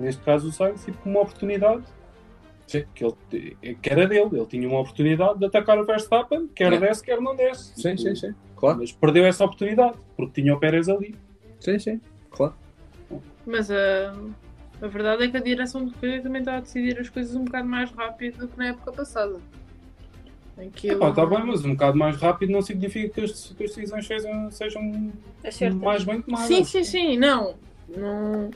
[SPEAKER 6] neste caso o Sainz, tipo, uma oportunidade que, ele, te- que era dele. Ele tinha uma oportunidade de atacar o Verstappen, quer
[SPEAKER 7] É.
[SPEAKER 6] desce, quer não desce.
[SPEAKER 3] Sim,
[SPEAKER 6] Tipo,
[SPEAKER 3] sim, sim. Claro,
[SPEAKER 6] Mas perdeu essa oportunidade porque tinha o Pérez ali.
[SPEAKER 3] sim, sim. Claro.
[SPEAKER 9] Mas ah, a verdade é que a direção de corrida também está a decidir as coisas um bocado mais rápido do que na época passada. Em que eu-
[SPEAKER 6] Epá, tá bem, mas um bocado mais rápido não significa que as, que as decisões sejam, sejam
[SPEAKER 8] Acerta.
[SPEAKER 6] mais bem tomadas.
[SPEAKER 9] Sim, sim, sim, não. Não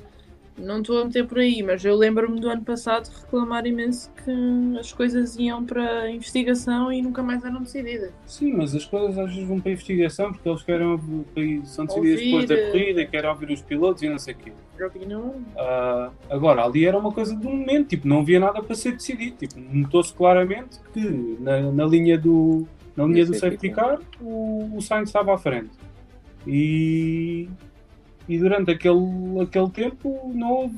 [SPEAKER 9] não estou a meter por aí, mas eu lembro-me do ano passado reclamar imenso que as coisas iam para investigação e nunca mais eram decididas.
[SPEAKER 6] Sim, mas as coisas às vezes vão para a investigação porque eles querem ouvir, são decididas
[SPEAKER 9] Ouvir,
[SPEAKER 6] depois da
[SPEAKER 9] eh.
[SPEAKER 6] corrida, querem ouvir os pilotos e não sei o quê.
[SPEAKER 9] Eu não.
[SPEAKER 6] Ah, agora, ali era uma coisa de um momento, tipo, não havia nada para ser decidido. Tipo, notou-se claramente que na, na linha do, na linha do safety car o, o Sainz estava à frente. E, e durante aquele, aquele tempo não houve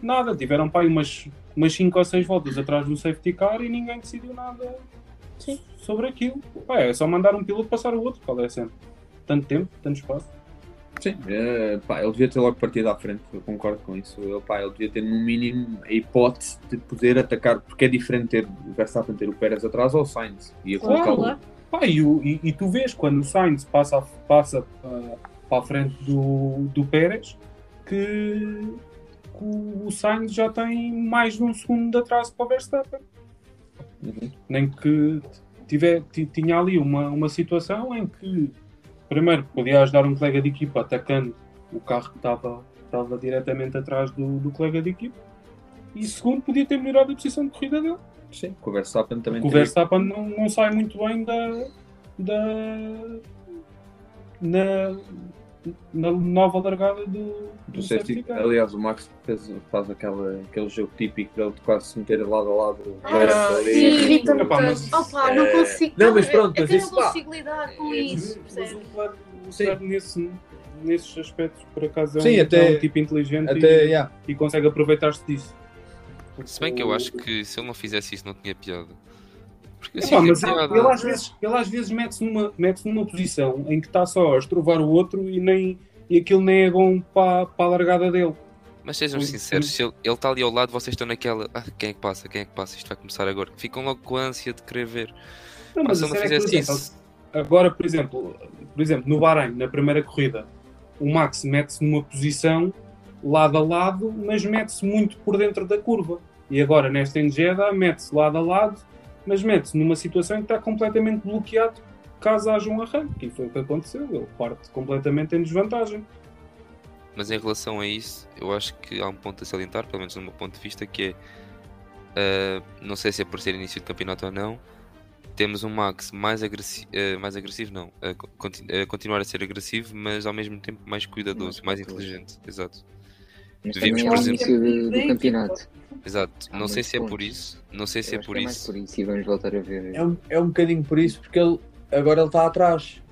[SPEAKER 6] nada. Tiveram pá, aí umas 5 ou 6 voltas atrás do safety car e ninguém decidiu nada
[SPEAKER 9] Sim.
[SPEAKER 6] sobre aquilo. Pá, é só mandar um piloto passar o outro, qual é sempre? Tanto tempo, tanto espaço.
[SPEAKER 3] Sim, eh, pá, ele devia ter logo partido à frente, eu concordo com isso. Ele, pá, ele devia ter, no mínimo, a hipótese de poder atacar, porque é diferente ter o Verstappen ter o Pérez atrás ou o Sainz. E a colocar o-
[SPEAKER 8] Claro.
[SPEAKER 6] Pá, e, o- e- e tu vês quando o Sainz passa, a- passa ah, para a frente do, do Pérez que, que o Sainz já tem mais de um segundo de atraso para o Verstappen.
[SPEAKER 3] Uhum.
[SPEAKER 6] Nem que tiver, ti- tinha ali uma, uma situação em que primeiro podia ajudar um colega de equipa atacando o carro que estava, estava diretamente atrás do, do colega de equipa e segundo podia ter melhorado a posição de corrida dele.
[SPEAKER 3] Sim, que o Verstappen também
[SPEAKER 6] Porque o
[SPEAKER 3] teria-
[SPEAKER 6] Verstappen não, não sai muito bem da. da na, na nova largada do,
[SPEAKER 3] Do
[SPEAKER 6] do
[SPEAKER 3] safety-
[SPEAKER 6] certificado.
[SPEAKER 3] tipo, aliás, o Max fez- faz aquela, aquele jogo típico dele de quase se meter lado a lado.
[SPEAKER 9] Ah,
[SPEAKER 3] verso ali.
[SPEAKER 9] sim,
[SPEAKER 8] irrita-me
[SPEAKER 6] Epá, mas-
[SPEAKER 8] tanto. Opa, não
[SPEAKER 3] É,
[SPEAKER 8] consigo.
[SPEAKER 3] não, mas pronto,
[SPEAKER 8] é,
[SPEAKER 3] mas
[SPEAKER 8] que eu
[SPEAKER 3] isso
[SPEAKER 8] não
[SPEAKER 3] pá, É.
[SPEAKER 8] consigo lidar com isso,
[SPEAKER 6] Mas
[SPEAKER 8] percebes?
[SPEAKER 6] o Vlad, o Vlad nesse, nesses aspectos, por acaso, é um,
[SPEAKER 3] Sim, até-
[SPEAKER 6] é um tipo inteligente
[SPEAKER 3] Até,
[SPEAKER 6] e,
[SPEAKER 3] yeah.
[SPEAKER 6] e consegue aproveitar-se disso.
[SPEAKER 7] Se bem que eu acho que se ele não fizesse isso não tinha piada. Porque assim,
[SPEAKER 6] Epá,
[SPEAKER 7] tem
[SPEAKER 6] mas
[SPEAKER 7] piada.
[SPEAKER 6] ele às vezes, ele às vezes mete-se numa, mete numa posição em que está só a estrovar o outro e, nem, e aquilo nem é bom para, para a largada dele.
[SPEAKER 7] Mas sejam
[SPEAKER 6] Sim,
[SPEAKER 7] sinceros, se ele está ali ao lado, vocês estão naquela. Ah, quem é que passa? Quem é que passa? Isto vai começar agora. Ficam logo com a ânsia de querer ver.
[SPEAKER 6] Não,
[SPEAKER 7] Mas
[SPEAKER 6] mas
[SPEAKER 7] se
[SPEAKER 6] a
[SPEAKER 7] ele
[SPEAKER 6] cena é
[SPEAKER 7] não
[SPEAKER 6] que, por
[SPEAKER 7] fizesse
[SPEAKER 6] exemplo,
[SPEAKER 7] isso.
[SPEAKER 6] agora, por exemplo, por exemplo, no Bahrein, na primeira corrida, o Max mete-se numa posição lado a lado, mas mete-se muito por dentro da curva. E agora, nesta Engeda, mete-se lado a lado, mas mete-se numa situação em que está completamente bloqueado caso haja um arranque. E foi o que aconteceu. Ele parte completamente em desvantagem.
[SPEAKER 7] Mas em relação a isso, eu acho que há um ponto a salientar, pelo menos do meu ponto de vista, que é. ah, não sei se é por ser início de campeonato ou não. Temos um Max mais agressivo. ah, mais agressivo, não. a co- conti- a continuar a ser agressivo, mas ao mesmo tempo mais cuidadoso, mais inteligente. Exato.
[SPEAKER 5] Mas
[SPEAKER 7] Vimos,
[SPEAKER 5] também é
[SPEAKER 7] por
[SPEAKER 5] o
[SPEAKER 7] exemplo-
[SPEAKER 5] início do, do campeonato.
[SPEAKER 7] Exato.
[SPEAKER 5] Há
[SPEAKER 7] Não sei
[SPEAKER 5] muitos
[SPEAKER 7] se é por
[SPEAKER 5] pontos.
[SPEAKER 7] isso. Não sei
[SPEAKER 5] Eu
[SPEAKER 7] se é
[SPEAKER 5] acho
[SPEAKER 7] por
[SPEAKER 5] que mais
[SPEAKER 7] isso.
[SPEAKER 5] por isso e vamos voltar a ver.
[SPEAKER 2] É um, é um bocadinho por isso, porque ele agora ele está atrás.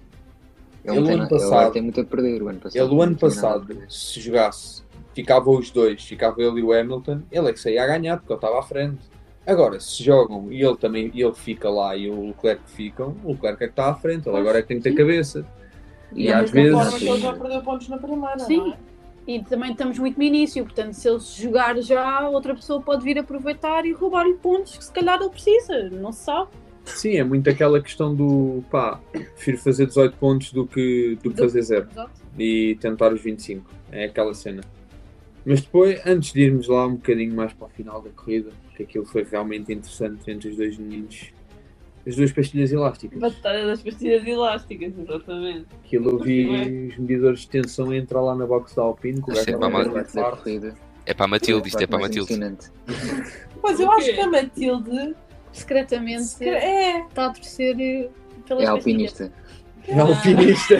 [SPEAKER 5] Ele,
[SPEAKER 2] Ele
[SPEAKER 5] tem,
[SPEAKER 2] ano
[SPEAKER 5] ele agora
[SPEAKER 2] passado-
[SPEAKER 5] tem muito a perder o ano passado.
[SPEAKER 2] Ele o
[SPEAKER 5] não
[SPEAKER 2] ano
[SPEAKER 5] tinha nada a
[SPEAKER 2] passado,
[SPEAKER 5] perder.
[SPEAKER 2] se jogasse, ficava os dois, ficava ele e o Hamilton, ele é que saía a ganhar porque ele estava à frente. Agora, se jogam e ele também e ele fica lá e o Leclerc ficam, o Leclerc é que está à frente, ele agora é que tem que ter cabeça.
[SPEAKER 5] E
[SPEAKER 2] E
[SPEAKER 5] há
[SPEAKER 2] às
[SPEAKER 9] Mas da
[SPEAKER 2] vezes-
[SPEAKER 9] forma que ele já perdeu pontos na primeira, não
[SPEAKER 8] Sim.
[SPEAKER 9] é?
[SPEAKER 8] E também estamos muito no início, portanto, se ele jogar já, outra pessoa pode vir aproveitar e roubar-lhe pontos que se calhar ele precisa, não se sabe.
[SPEAKER 3] Sim, é muito aquela questão do pá, prefiro fazer 18 pontos do que, do que
[SPEAKER 8] Do-
[SPEAKER 3] fazer zero
[SPEAKER 8] Exato.
[SPEAKER 3] e tentar os 25. É aquela cena. Mas depois, antes de irmos lá um bocadinho mais para o final da corrida, que aquilo foi realmente interessante entre os dois meninos, as duas pastilhas elásticas.
[SPEAKER 9] Batalha das pastilhas elásticas, exatamente.
[SPEAKER 3] Aquilo eu vi os medidores de tensão entrar lá na box da Alpine, com o
[SPEAKER 7] Isso
[SPEAKER 3] gajo
[SPEAKER 7] é para
[SPEAKER 3] a
[SPEAKER 7] mais-
[SPEAKER 3] bater mais
[SPEAKER 5] da
[SPEAKER 3] forte.
[SPEAKER 5] corrida.
[SPEAKER 7] É para a Matilde, isto é para a
[SPEAKER 5] Mais
[SPEAKER 7] Matilde.
[SPEAKER 5] emocionante.
[SPEAKER 9] Mas eu
[SPEAKER 4] O
[SPEAKER 9] acho
[SPEAKER 4] quê?
[SPEAKER 9] que a Matilde
[SPEAKER 8] Secretamente
[SPEAKER 9] se calhar, é,
[SPEAKER 8] está a torcer eh, pelas
[SPEAKER 5] É
[SPEAKER 8] pastilhas.
[SPEAKER 5] alpinista.
[SPEAKER 3] um
[SPEAKER 2] É alpinista.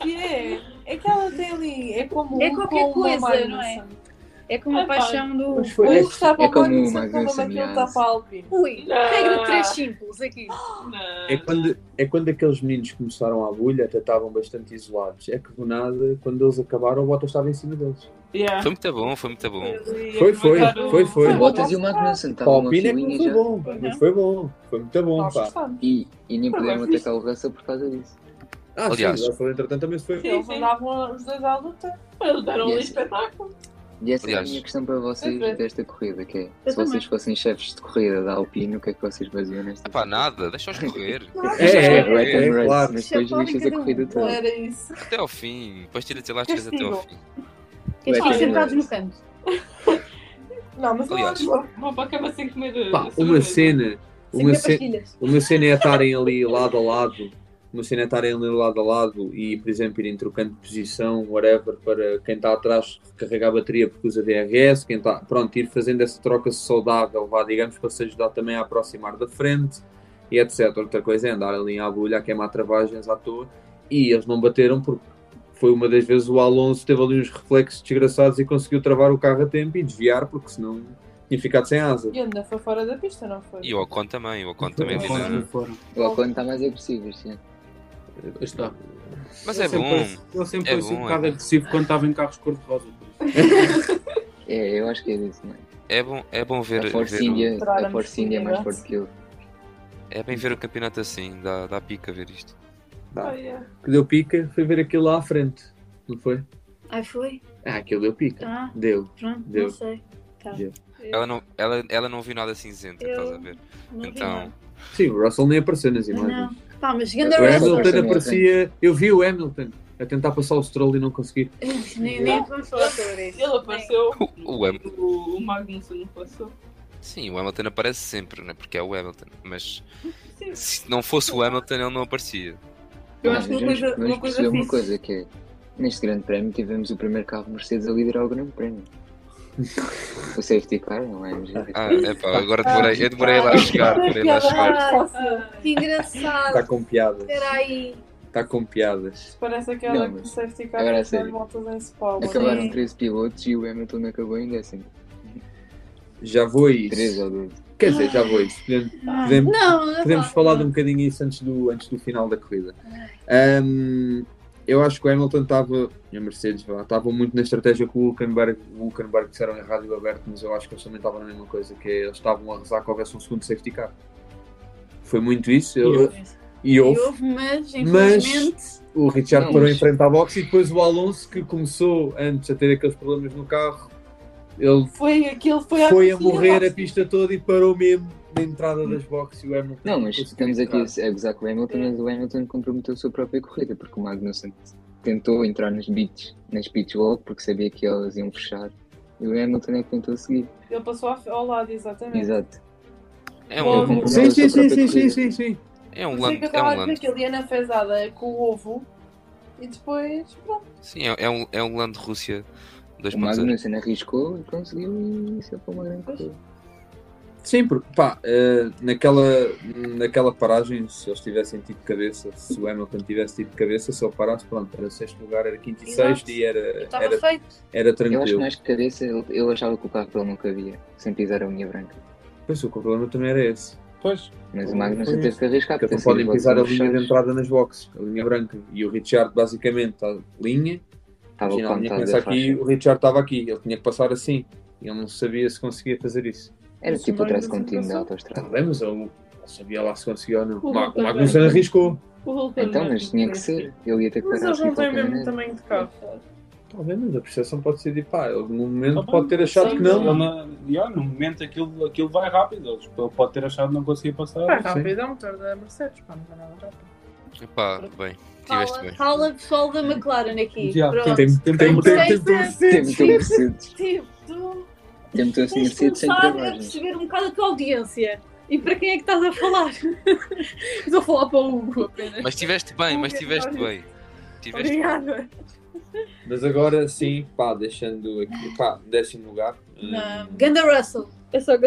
[SPEAKER 9] que é. É que ela tem ali, é como
[SPEAKER 8] É qualquer
[SPEAKER 9] como uma
[SPEAKER 8] coisa,
[SPEAKER 9] Magnussen.
[SPEAKER 8] não é? É como a
[SPEAKER 9] Ah, pá.
[SPEAKER 8] paixão do.
[SPEAKER 3] Mas foi,
[SPEAKER 9] Um gostava
[SPEAKER 5] é
[SPEAKER 9] é
[SPEAKER 5] como
[SPEAKER 9] como
[SPEAKER 5] uma
[SPEAKER 9] Magnussen, como a
[SPEAKER 5] Magnussen,
[SPEAKER 9] Matilde
[SPEAKER 5] yeah.
[SPEAKER 9] está para a Alpine.
[SPEAKER 8] Ui,
[SPEAKER 4] Ah.
[SPEAKER 8] regra de três simples aqui.
[SPEAKER 3] É quando, é quando aqueles meninos começaram à bulha, até estavam bastante isolados. É que do nada, quando eles acabaram, o Bottas estava em cima deles.
[SPEAKER 5] né?
[SPEAKER 9] Yeah.
[SPEAKER 7] Foi muito bom, foi muito bom.
[SPEAKER 6] é
[SPEAKER 3] Foi, foi, foi, foi.
[SPEAKER 5] O Bottas e o Magnussen
[SPEAKER 3] Para a
[SPEAKER 5] estavam numa
[SPEAKER 3] Alpine é que não
[SPEAKER 5] filinha
[SPEAKER 3] foi
[SPEAKER 5] já.
[SPEAKER 3] bom, pá, não foi bom. Foi muito bom,
[SPEAKER 9] Nós
[SPEAKER 3] pá.
[SPEAKER 9] gostamos.
[SPEAKER 5] E, e nem
[SPEAKER 9] Foi
[SPEAKER 5] puderam
[SPEAKER 9] bem
[SPEAKER 5] atacar o Russell por causa disso.
[SPEAKER 3] Ah,
[SPEAKER 7] Aliás.
[SPEAKER 3] sim, o Russell, entretanto, também se foi.
[SPEAKER 4] Sim,
[SPEAKER 9] Eles
[SPEAKER 4] sim.
[SPEAKER 9] andavam os dois à luta. Eles deram um
[SPEAKER 5] Yes.
[SPEAKER 9] espetáculo.
[SPEAKER 5] E essa é a
[SPEAKER 7] Aliás-
[SPEAKER 5] minha questão para vocês
[SPEAKER 9] Perfeito.
[SPEAKER 5] desta corrida, que é,
[SPEAKER 8] Eu
[SPEAKER 5] se vocês
[SPEAKER 8] também.
[SPEAKER 5] fossem chefes de corrida da Alpine, o que é que vocês faziam nesta
[SPEAKER 7] Ah pá, nada, deixa-os correr.
[SPEAKER 3] É, é,
[SPEAKER 5] corrida?
[SPEAKER 3] é,
[SPEAKER 5] Race,
[SPEAKER 3] claro.
[SPEAKER 5] mas depois
[SPEAKER 8] Chapada em
[SPEAKER 5] vistas a
[SPEAKER 8] cada um.
[SPEAKER 5] corrida toda.
[SPEAKER 9] Era isso.
[SPEAKER 7] Até ao fim, pastilhas elásticas até ao fim.
[SPEAKER 8] Que eles
[SPEAKER 5] Vai,
[SPEAKER 8] estão
[SPEAKER 5] vai,
[SPEAKER 8] sentados
[SPEAKER 5] vai.
[SPEAKER 8] no canto.
[SPEAKER 9] Não, mas eu
[SPEAKER 7] Aliás.
[SPEAKER 9] acho
[SPEAKER 4] Uma boca vai sem comer.
[SPEAKER 3] Pá, uma cena, uma,
[SPEAKER 8] Sem
[SPEAKER 3] ce...
[SPEAKER 8] pastilhas.
[SPEAKER 3] uma cena é estarem ali lado a lado, uma cena é estarem ali lado a lado e, por exemplo, irem trocando de posição, whatever, para quem está atrás recarregar a bateria porque usa DRS, quem está, pronto, ir fazendo essa troca saudável, vá, digamos, para se ajudar também a aproximar da frente e etc. Outra coisa é andar ali à bulha, a queimar travagens à toa e eles não bateram porque foi uma das vezes o Alonso teve ali uns reflexos desgraçados e conseguiu travar o carro a tempo e desviar porque senão tinha ficado sem asa.
[SPEAKER 9] que ainda foi fora da pista, não foi?
[SPEAKER 7] E o Ocon também, o Ocon também
[SPEAKER 6] Foi-
[SPEAKER 7] diz.
[SPEAKER 6] foi-
[SPEAKER 7] "Ah,
[SPEAKER 6] foi-
[SPEAKER 5] O Ocon está mais agressivo este ano.
[SPEAKER 6] está.
[SPEAKER 7] Mas
[SPEAKER 6] Ele
[SPEAKER 7] é
[SPEAKER 6] sempre
[SPEAKER 7] bom.
[SPEAKER 6] foi- Ele sempre
[SPEAKER 7] É
[SPEAKER 6] foi assim
[SPEAKER 7] bom,
[SPEAKER 6] um
[SPEAKER 7] é
[SPEAKER 6] bocado
[SPEAKER 7] bom.
[SPEAKER 6] agressivo quando estava em carros cor-de-rosa. por isso.
[SPEAKER 5] É, eu acho que é isso, não é?
[SPEAKER 7] É bom, é bom ver,
[SPEAKER 5] A Force
[SPEAKER 7] ver o-
[SPEAKER 5] India, a
[SPEAKER 9] Entraram
[SPEAKER 5] Force
[SPEAKER 9] no
[SPEAKER 5] India é mais
[SPEAKER 9] India.
[SPEAKER 5] forte que ele.
[SPEAKER 7] é bem ver o campeonato assim, dá, dá pica ver isto.
[SPEAKER 9] Ah, yeah.
[SPEAKER 3] que deu pica foi ver aquilo lá à frente, não foi?
[SPEAKER 8] Ai, foi?
[SPEAKER 3] Ah, aquilo deu pica.
[SPEAKER 8] Ah,
[SPEAKER 3] Deu.
[SPEAKER 8] pronto,
[SPEAKER 3] Deu.
[SPEAKER 8] não sei. Tá.
[SPEAKER 3] Deu.
[SPEAKER 7] Ela não, ela, ela não viu nada cinzento,
[SPEAKER 8] Eu-
[SPEAKER 7] estás a ver?
[SPEAKER 8] Não vi
[SPEAKER 7] Então,
[SPEAKER 8] nada.
[SPEAKER 3] Sim, o Russell nem apareceu nas
[SPEAKER 8] Não,
[SPEAKER 3] imagens.
[SPEAKER 8] não. Pá, mas
[SPEAKER 5] O
[SPEAKER 8] ganda
[SPEAKER 3] O
[SPEAKER 5] Russell
[SPEAKER 8] Russell.
[SPEAKER 3] Hamilton
[SPEAKER 5] apareceu na
[SPEAKER 3] aparecia. Eu vi o Hamilton a tentar passar o Stroll e não conseguir.
[SPEAKER 8] Nem, nem vamos falar sobre isso.
[SPEAKER 4] Ele apareceu.
[SPEAKER 7] o, o Ham-
[SPEAKER 4] O, o Magnussen não passou.
[SPEAKER 7] sim, o Hamilton aparece sempre, né? porque é o Hamilton. Mas
[SPEAKER 4] Sim.
[SPEAKER 7] se não fosse o Hamilton, ele não aparecia.
[SPEAKER 9] Eu
[SPEAKER 5] Mas
[SPEAKER 9] acho que uma
[SPEAKER 5] vamos-
[SPEAKER 9] coisa, uma
[SPEAKER 5] vamos
[SPEAKER 9] coisa
[SPEAKER 5] perceber uma
[SPEAKER 9] fixe.
[SPEAKER 5] coisa, que é, neste grande prémio tivemos o primeiro carro Mercedes a liderar o grande prémio. o safety car, não é?
[SPEAKER 7] Ah, é pá, agora demorei, eu demorei lá a chegar, demorei lá a chegar.
[SPEAKER 8] Ah, Que engraçado.
[SPEAKER 3] Está Tá com piada.
[SPEAKER 8] Espera aí.
[SPEAKER 3] Está com piadas.
[SPEAKER 9] Parece aquela
[SPEAKER 5] Não,
[SPEAKER 9] que o
[SPEAKER 5] mas-
[SPEAKER 9] safety car
[SPEAKER 5] agora
[SPEAKER 9] que
[SPEAKER 5] é
[SPEAKER 9] dá
[SPEAKER 5] sério.
[SPEAKER 9] voltas em Spa.
[SPEAKER 5] Acabaram
[SPEAKER 8] Sim.
[SPEAKER 5] 13 pilotos e o Hamilton acabou em décimo.
[SPEAKER 3] Já vou a
[SPEAKER 5] 13
[SPEAKER 3] isso.
[SPEAKER 5] ou 12.
[SPEAKER 3] Quer dizer, já vou a isso. Podemos, podemos-
[SPEAKER 8] Não, não é
[SPEAKER 3] podemos
[SPEAKER 8] fácil.
[SPEAKER 3] falar de um bocadinho isso antes do, antes do final da corrida. Ahm, eu acho que o Hamilton estava, e a Mercedes, vá, estavam muito na estratégia que o Hulkenberg, o Hulkenberg disseram em rádio aberto, mas eu acho que eles também estavam na mesma coisa, que é, eles estavam a rezar que houvesse um segundo safety car. Foi muito isso. eu- e
[SPEAKER 8] E
[SPEAKER 3] houve.
[SPEAKER 8] houve, mas infelizmente.
[SPEAKER 3] O Richard
[SPEAKER 5] Não,
[SPEAKER 3] parou
[SPEAKER 5] mas-
[SPEAKER 3] em frente à boxe e depois o Alonso, que começou antes a ter aqueles problemas no carro, ele
[SPEAKER 9] Foi aquilo, foi à
[SPEAKER 3] foi a
[SPEAKER 9] piscina,
[SPEAKER 3] morrer a
[SPEAKER 9] lá.
[SPEAKER 3] pista toda e parou mesmo na entrada das boxes e o Hamilton.
[SPEAKER 5] Não, mas
[SPEAKER 3] conseguiu
[SPEAKER 5] estamos aqui
[SPEAKER 3] entrar.
[SPEAKER 5] a a gozar com o Hamilton, mas o Hamilton comprometeu a sua própria corrida, porque o Magnussen tentou entrar nas beats, nas pits logo, porque sabia que elas iam fechar. E o Hamilton é que tentou seguir.
[SPEAKER 9] Ele passou à- ao lado, exatamente.
[SPEAKER 5] Exato.
[SPEAKER 7] É
[SPEAKER 9] Bom,
[SPEAKER 7] um,
[SPEAKER 5] Comprou
[SPEAKER 3] Sim,
[SPEAKER 5] a
[SPEAKER 3] sim,
[SPEAKER 5] sua
[SPEAKER 3] sim,
[SPEAKER 5] própria
[SPEAKER 3] sim, sim,
[SPEAKER 5] corrida.
[SPEAKER 3] sim, sim.
[SPEAKER 7] é um
[SPEAKER 9] Por isso é
[SPEAKER 7] land,
[SPEAKER 9] que eu
[SPEAKER 7] é
[SPEAKER 9] estava
[SPEAKER 7] um
[SPEAKER 9] a dizer
[SPEAKER 7] land.
[SPEAKER 9] que ele ia na fezada com o ovo e depois, pronto,
[SPEAKER 7] Sim, é, é um, é um land Rússia
[SPEAKER 5] O
[SPEAKER 7] 2.0.
[SPEAKER 5] Magnussen arriscou e conseguiu e isso é para uma grande corrida.
[SPEAKER 3] Sim, porque pá, eh, naquela, naquela paragem, se eles tivessem tido cabeça, se o Hamilton tivesse tido cabeça, se ele parasse, pronto, era sexto lugar, era quinto e
[SPEAKER 8] Exato.
[SPEAKER 3] sexto e era,
[SPEAKER 8] Estava
[SPEAKER 3] era,
[SPEAKER 8] feito.
[SPEAKER 3] era
[SPEAKER 5] Eu acho que é-
[SPEAKER 3] tranquilo.
[SPEAKER 5] mais que cabeça ele, ele achava que o carro dele não cabia, sem pisar a unha branca.
[SPEAKER 3] Pois o problema também era esse.
[SPEAKER 6] Pois,
[SPEAKER 5] Mas o
[SPEAKER 6] Foi
[SPEAKER 5] Magnussen
[SPEAKER 6] isso.
[SPEAKER 5] teve que arriscar,
[SPEAKER 3] Porque
[SPEAKER 5] porque um
[SPEAKER 3] não podem
[SPEAKER 5] esses
[SPEAKER 3] pisar a
[SPEAKER 5] votos
[SPEAKER 3] linha de
[SPEAKER 5] fechados.
[SPEAKER 3] entrada nas boxes, a linha branca. E o Richard, basicamente, está linha.
[SPEAKER 5] Estava
[SPEAKER 3] Imagina, a linha
[SPEAKER 5] plantado
[SPEAKER 3] começa
[SPEAKER 5] a
[SPEAKER 3] aqui,
[SPEAKER 5] faixa.
[SPEAKER 3] o Richard estava aqui, ele tinha que passar assim. Ele não sabia se conseguia fazer isso.
[SPEAKER 5] Era
[SPEAKER 9] Esse
[SPEAKER 5] tipo o traço
[SPEAKER 9] Magnussen
[SPEAKER 5] contínuo da
[SPEAKER 9] passou.
[SPEAKER 3] Está
[SPEAKER 5] autostrada.
[SPEAKER 3] bem, mas ele não sabia lá se conseguia ou não.
[SPEAKER 9] O
[SPEAKER 3] O Mag- o
[SPEAKER 9] Hulkenberg.
[SPEAKER 3] Magnussen arriscou.
[SPEAKER 9] o Hulk
[SPEAKER 5] Então, mas tinha que ser. Ele ia ter que
[SPEAKER 9] Mas
[SPEAKER 5] parar
[SPEAKER 9] eles não
[SPEAKER 5] assim de
[SPEAKER 9] têm o
[SPEAKER 5] qualquer
[SPEAKER 9] mesmo
[SPEAKER 5] maneira.
[SPEAKER 9] tamanho de carro.
[SPEAKER 3] Ah, Está Tá bem, mas a percepção pode ser de pá, ele no momento
[SPEAKER 6] Tá bem,
[SPEAKER 3] pode ter achado
[SPEAKER 9] sim,
[SPEAKER 3] que não.
[SPEAKER 6] ele na- e, ó, no momento aquilo, aquilo vai rápido. Ele ele pode ter achado que não conseguia passar.
[SPEAKER 9] Pá, rápido é um motor da Mercedes, pá, não é nada rápido.
[SPEAKER 7] Epá, bem, tiveste
[SPEAKER 8] Fala,
[SPEAKER 7] bem.
[SPEAKER 8] fala pessoal da McLaren aqui.
[SPEAKER 6] Já,
[SPEAKER 8] Pronto.
[SPEAKER 3] Tem, tem, tem, tem, tem,
[SPEAKER 5] Tem muito
[SPEAKER 8] Sim.
[SPEAKER 5] Mercedes.
[SPEAKER 8] Tipo, tu
[SPEAKER 5] Tem muito assim
[SPEAKER 8] tens de
[SPEAKER 5] Mercedes sem
[SPEAKER 8] começar a
[SPEAKER 5] trabalhos.
[SPEAKER 8] perceber um bocado a tua audiência. E para quem é que estás a falar?
[SPEAKER 9] Estou a falar para o Hugo apenas.
[SPEAKER 7] Mas tiveste bem, mas tiveste bem. Tiveste bem.
[SPEAKER 9] Obrigada.
[SPEAKER 3] Mas agora sim, pá, deixando aqui, pá, décimo lugar. Hum,
[SPEAKER 8] Ganda Russell. É só que-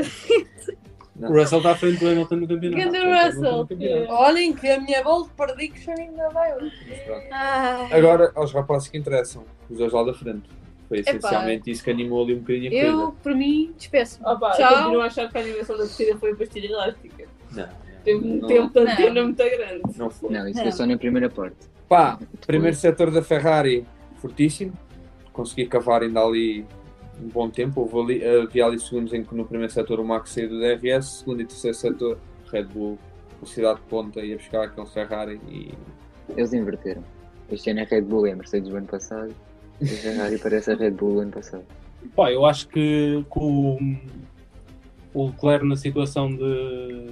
[SPEAKER 6] O Russell está à frente do Hamilton no campeonato.
[SPEAKER 8] Ganda
[SPEAKER 6] Ele está à frente do
[SPEAKER 8] Russell.
[SPEAKER 6] campeonato.
[SPEAKER 9] Olhem que a minha bold prediction ainda vai hoje.
[SPEAKER 3] mas pronto.
[SPEAKER 8] Ah,
[SPEAKER 3] Agora, aos rapazes que interessam, os dois lá da frente. Foi
[SPEAKER 8] Epá.
[SPEAKER 3] essencialmente isso que animou ali um bocadinho a corrida.
[SPEAKER 8] eu, por mim, despeço-me.
[SPEAKER 9] Opa,
[SPEAKER 8] Tchau.
[SPEAKER 9] eu continuo a achar que a animação da torcida foi a pastilha elástica.
[SPEAKER 3] Não,
[SPEAKER 9] Teve um
[SPEAKER 3] Não.
[SPEAKER 9] tempo
[SPEAKER 8] Não.
[SPEAKER 9] de antena muito grande.
[SPEAKER 3] não foi.
[SPEAKER 5] Não, isso
[SPEAKER 8] Não.
[SPEAKER 5] foi só na primeira parte.
[SPEAKER 3] Pá, primeiro setor da Ferrari, fortíssimo. Consegui cavar ainda ali um bom tempo. Houve ali, havia ali segundos em que no primeiro setor o Max saiu do DRS, segundo e terceiro setor Red Bull, velocidade de ponta, ia buscar aquele Ferrari e
[SPEAKER 5] Eles inverteram. Este ano é Red Bull, é a Mercedes do ano passado. E a Ferrari parece a Red Bull do ano passado.
[SPEAKER 6] Pá, eu acho que com o- o Leclerc na situação de,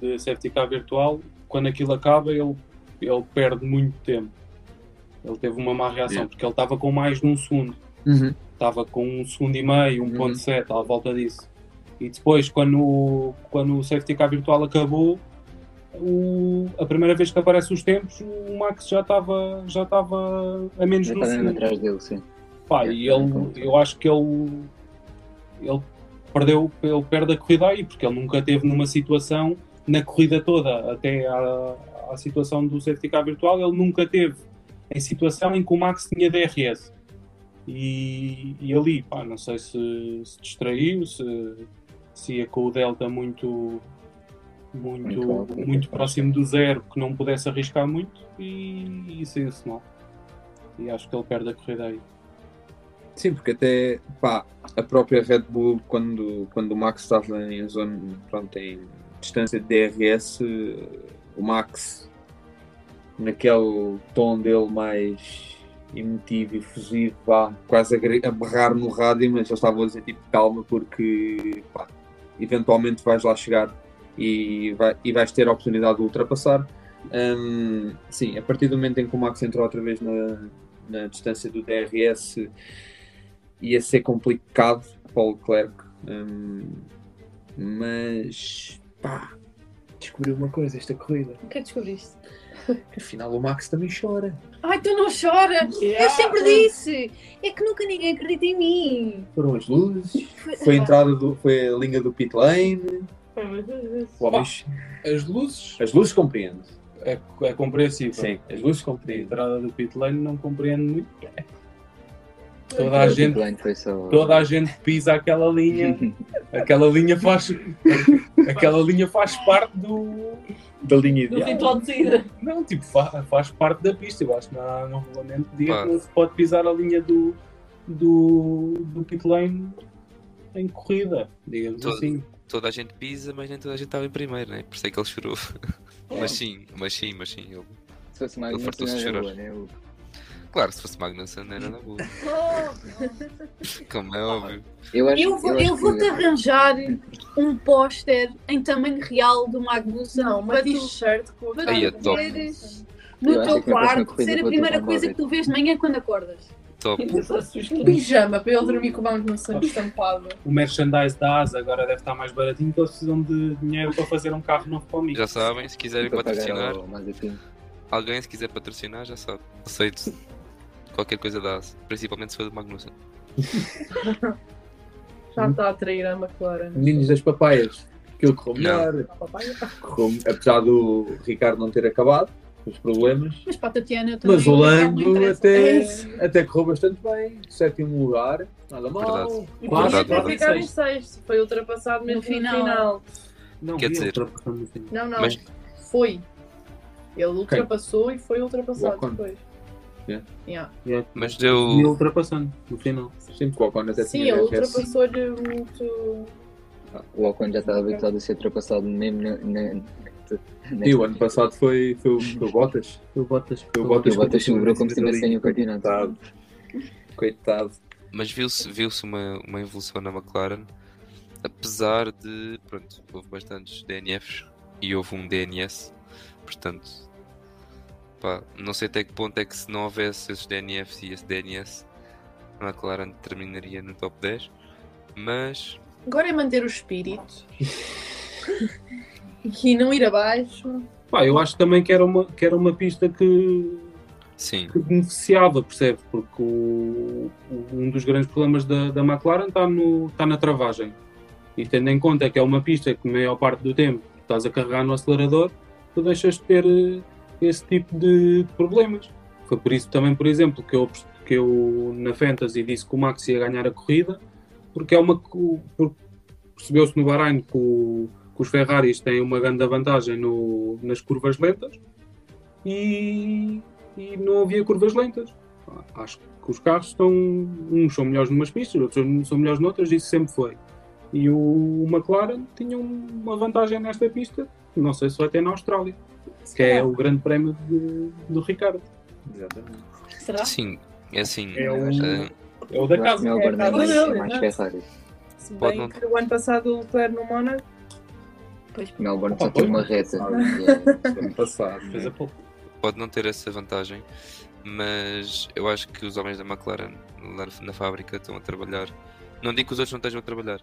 [SPEAKER 6] de safety car virtual, quando aquilo acaba, ele, ele perde muito tempo. Ele teve uma má reação,
[SPEAKER 3] Yeah.
[SPEAKER 6] porque ele estava com mais de um segundo.
[SPEAKER 3] Uhum.
[SPEAKER 6] Estava com um segundo e meio,
[SPEAKER 3] Uhum.
[SPEAKER 6] 1.7, à volta disso. E depois, quando, o- quando o safety car virtual acabou, o- a primeira vez que aparecem os tempos, o Max já estava já estava a menos
[SPEAKER 5] Já
[SPEAKER 6] de um
[SPEAKER 5] está mesmo
[SPEAKER 6] segundo.
[SPEAKER 5] atrás dele, sim.
[SPEAKER 6] Pá,
[SPEAKER 5] É,
[SPEAKER 6] e
[SPEAKER 5] também
[SPEAKER 6] ele,
[SPEAKER 5] concordo.
[SPEAKER 6] eu acho que ele, ele perdeu, ele perde a corrida aí, porque ele nunca teve numa situação na corrida toda, até à, à situação do safety car virtual, ele nunca teve em situação em que o Max tinha DRS. E, e ali, pá, não sei se se distraiu, se, se ia com o Delta muito muito,
[SPEAKER 5] Muito alto.
[SPEAKER 6] muito, próximo do zero, que não pudesse arriscar muito, e, e saiu-se mal. E acho que ele perde a corrida aí.
[SPEAKER 3] Sim, porque até pá, a própria Red Bull, quando, quando o Max estava em zona, pronto, em distância de DRS, eh, o Max, naquele tom dele mais emotivo e fusivo, pá, quase a, gri- a berrar no rádio, mas eu estava a dizer tipo calma, porque pá, eventualmente vais lá chegar e, vai, e vais ter a oportunidade de ultrapassar. Hum, sim, a partir do momento em que o Max entrou outra vez na, na distância do DRS, ia ser complicado para o Leclerc, hum, mas pá, descobriu uma coisa esta corrida,
[SPEAKER 8] O que é que descobriste?
[SPEAKER 3] que afinal o Max também chora.
[SPEAKER 8] Ai, tu não chora! Eu sempre disse! É que nunca ninguém acredita em mim.
[SPEAKER 3] Foram as luzes, foi a entrada do, foi a linha do pit lane,
[SPEAKER 9] Foi muitas vezes.
[SPEAKER 3] o homem-
[SPEAKER 6] As luzes
[SPEAKER 3] as luzes compreendo.
[SPEAKER 6] é, é compreensível.
[SPEAKER 3] Sim.
[SPEAKER 6] As duas compreendem. A entrada do pit lane não compreende muito. Toda a gente,
[SPEAKER 5] Blind foi só.
[SPEAKER 6] toda a gente pisa aquela linha. Aquela linha faz, aquela linha faz parte do,
[SPEAKER 3] Da linha
[SPEAKER 8] Do
[SPEAKER 3] ideal.
[SPEAKER 8] ritual de saída.
[SPEAKER 6] Não, tipo, fa- faz parte da pista. Eu acho que não há não há regulamento que diga
[SPEAKER 7] Claro.
[SPEAKER 6] que não se pode pisar a linha do, do, do pit lane em corrida, digamos
[SPEAKER 7] Todo.
[SPEAKER 6] assim.
[SPEAKER 7] Toda a gente pisa, mas nem toda a gente estava em primeiro, né? Por isso é que ele chorou. Mas sim, mas sim, mas sim. ele-
[SPEAKER 5] Se fosse mais
[SPEAKER 7] Ele
[SPEAKER 5] uma
[SPEAKER 7] fartou-se de
[SPEAKER 5] cena boa,
[SPEAKER 7] chorar.
[SPEAKER 5] né? O-
[SPEAKER 7] Claro, se fosse Magnussen era na boa.
[SPEAKER 8] Oh.
[SPEAKER 7] Como é óbvio.
[SPEAKER 5] Eu acho
[SPEAKER 8] Eu vou- eu
[SPEAKER 5] acho
[SPEAKER 8] vou-te
[SPEAKER 5] que- é
[SPEAKER 8] arranjar um póster em tamanho real do Magnussen.
[SPEAKER 4] Não, uma
[SPEAKER 8] para tu-
[SPEAKER 4] t-shirt com
[SPEAKER 8] para
[SPEAKER 4] a
[SPEAKER 8] tu
[SPEAKER 7] Aí é top.
[SPEAKER 8] veres
[SPEAKER 5] Eu
[SPEAKER 8] no
[SPEAKER 5] acho
[SPEAKER 8] teu
[SPEAKER 5] que é na próxima
[SPEAKER 8] quarto,
[SPEAKER 5] corrida
[SPEAKER 8] ser a
[SPEAKER 5] vou
[SPEAKER 8] primeira
[SPEAKER 5] tomar
[SPEAKER 8] coisa
[SPEAKER 5] uma
[SPEAKER 8] que tu vês de manhã é quando acordas.
[SPEAKER 7] Top.
[SPEAKER 4] um pijama para ele dormir com o banco no sangue estampado.
[SPEAKER 6] O merchandise da Asa agora deve estar mais baratinho, que eles precisam de dinheiro para fazer um carro novo para o Mix.
[SPEAKER 7] Já sabem, se quiserem
[SPEAKER 5] Para pagar
[SPEAKER 7] patrocinar,
[SPEAKER 5] ao Mazepin.
[SPEAKER 7] alguém se quiser patrocinar, já sabe. Aceito qualquer coisa da ASE, principalmente se for do Magnussen.
[SPEAKER 4] Já está a trair a McLaren.
[SPEAKER 3] Meninos das papaias. Aquilo correu
[SPEAKER 7] Yeah.
[SPEAKER 3] melhor.
[SPEAKER 7] É
[SPEAKER 3] Correu- apesar do Ricardo não ter acabado, os problemas.
[SPEAKER 8] Mas para a Tatiana eu também.
[SPEAKER 3] Mas o Lando
[SPEAKER 8] É
[SPEAKER 3] até,
[SPEAKER 8] isso.
[SPEAKER 3] até correu bastante bem. Sétimo lugar, nada mal.
[SPEAKER 7] Verdade.
[SPEAKER 4] oh. E
[SPEAKER 6] Quase,
[SPEAKER 4] podia ter
[SPEAKER 7] quase.
[SPEAKER 4] ficado em sexto, foi ultrapassado mesmo no
[SPEAKER 8] final.
[SPEAKER 4] final.
[SPEAKER 6] Não,
[SPEAKER 7] Quer
[SPEAKER 6] vi
[SPEAKER 7] dizer-
[SPEAKER 6] outra opção no fim.
[SPEAKER 4] Não, não,
[SPEAKER 7] Mas-
[SPEAKER 4] foi. Ele ultrapassou e foi ultrapassado
[SPEAKER 3] Ocon.
[SPEAKER 4] depois.
[SPEAKER 3] Yeah.
[SPEAKER 4] Yeah.
[SPEAKER 7] Mas
[SPEAKER 6] Vi
[SPEAKER 7] deu.
[SPEAKER 6] ultrapassando no final.
[SPEAKER 3] Sempre com o Ocon até
[SPEAKER 4] Sim,
[SPEAKER 3] tinha
[SPEAKER 4] ele
[SPEAKER 3] DRS.
[SPEAKER 4] ultrapassou-lhe muito.
[SPEAKER 5] O Ocon já estava habituado a ser ultrapassado mesmo na. na, na
[SPEAKER 3] E o ano passado foi, foi, o- foi o Bottas. Foi o Bottas. Foi o
[SPEAKER 5] o
[SPEAKER 3] Bottas.
[SPEAKER 5] Bottas sobrou como se
[SPEAKER 3] Coitado.
[SPEAKER 5] tivesse ganho o campeonato.
[SPEAKER 3] Coitado.
[SPEAKER 7] Mas viu-se viu uma, uma evolução na McLaren, apesar de. Pronto, houve bastantes DNFs e houve um DNS, portanto. Pá, não sei até que ponto é que se não houvesse esses DNFs e esse DNS, a McLaren terminaria no top 10, mas.
[SPEAKER 4] Agora é manter o espírito. e não ir abaixo.
[SPEAKER 6] Pá, eu acho também que era uma, que era uma pista que,
[SPEAKER 7] Sim,
[SPEAKER 6] que beneficiava, percebes? Porque o- o- um dos grandes problemas da, da McLaren está tá na travagem. E tendo em conta que é uma pista que, a maior parte do tempo, estás a carregar no acelerador, tu deixas de ter eh, esse tipo de problemas. Foi por isso também, por exemplo, que eu, apos- que eu na Fantasy disse que o Max ia ganhar a corrida, porque é uma. co- porque Percebeu-se no Bahrein que, o- que os Ferraris têm uma grande vantagem no- nas curvas lentas e, e não havia curvas lentas. Acho que os carros estão. Uns são melhores numas pistas, outros são melhores noutras, isso sempre foi. E o McLaren tinha uma vantagem nesta pista, não sei se vai ter na Austrália, que é o grande prémio de- do Ricardo.
[SPEAKER 3] Exatamente.
[SPEAKER 8] Será?
[SPEAKER 7] sim, é assim.
[SPEAKER 6] É o,
[SPEAKER 7] eh,
[SPEAKER 6] é o da
[SPEAKER 5] Eu acho
[SPEAKER 6] casa.
[SPEAKER 5] que não é o Bernardo,
[SPEAKER 4] É,
[SPEAKER 5] é
[SPEAKER 4] é
[SPEAKER 5] mais
[SPEAKER 4] verdade.
[SPEAKER 5] Ferrari.
[SPEAKER 4] Se
[SPEAKER 7] Pode não-
[SPEAKER 4] bem que o ano passado o Leclerc no Mónaco.
[SPEAKER 5] Melbourne só
[SPEAKER 6] Opa,
[SPEAKER 5] tem
[SPEAKER 6] pois.
[SPEAKER 5] uma reta.
[SPEAKER 3] Ah,
[SPEAKER 5] e é-
[SPEAKER 3] Ano passado.
[SPEAKER 6] Fez a
[SPEAKER 3] Né?
[SPEAKER 6] pouco.
[SPEAKER 7] pode não ter essa vantagem, mas eu acho que os homens da McLaren lá na fábrica estão a trabalhar. Não digo que os outros não estejam a trabalhar,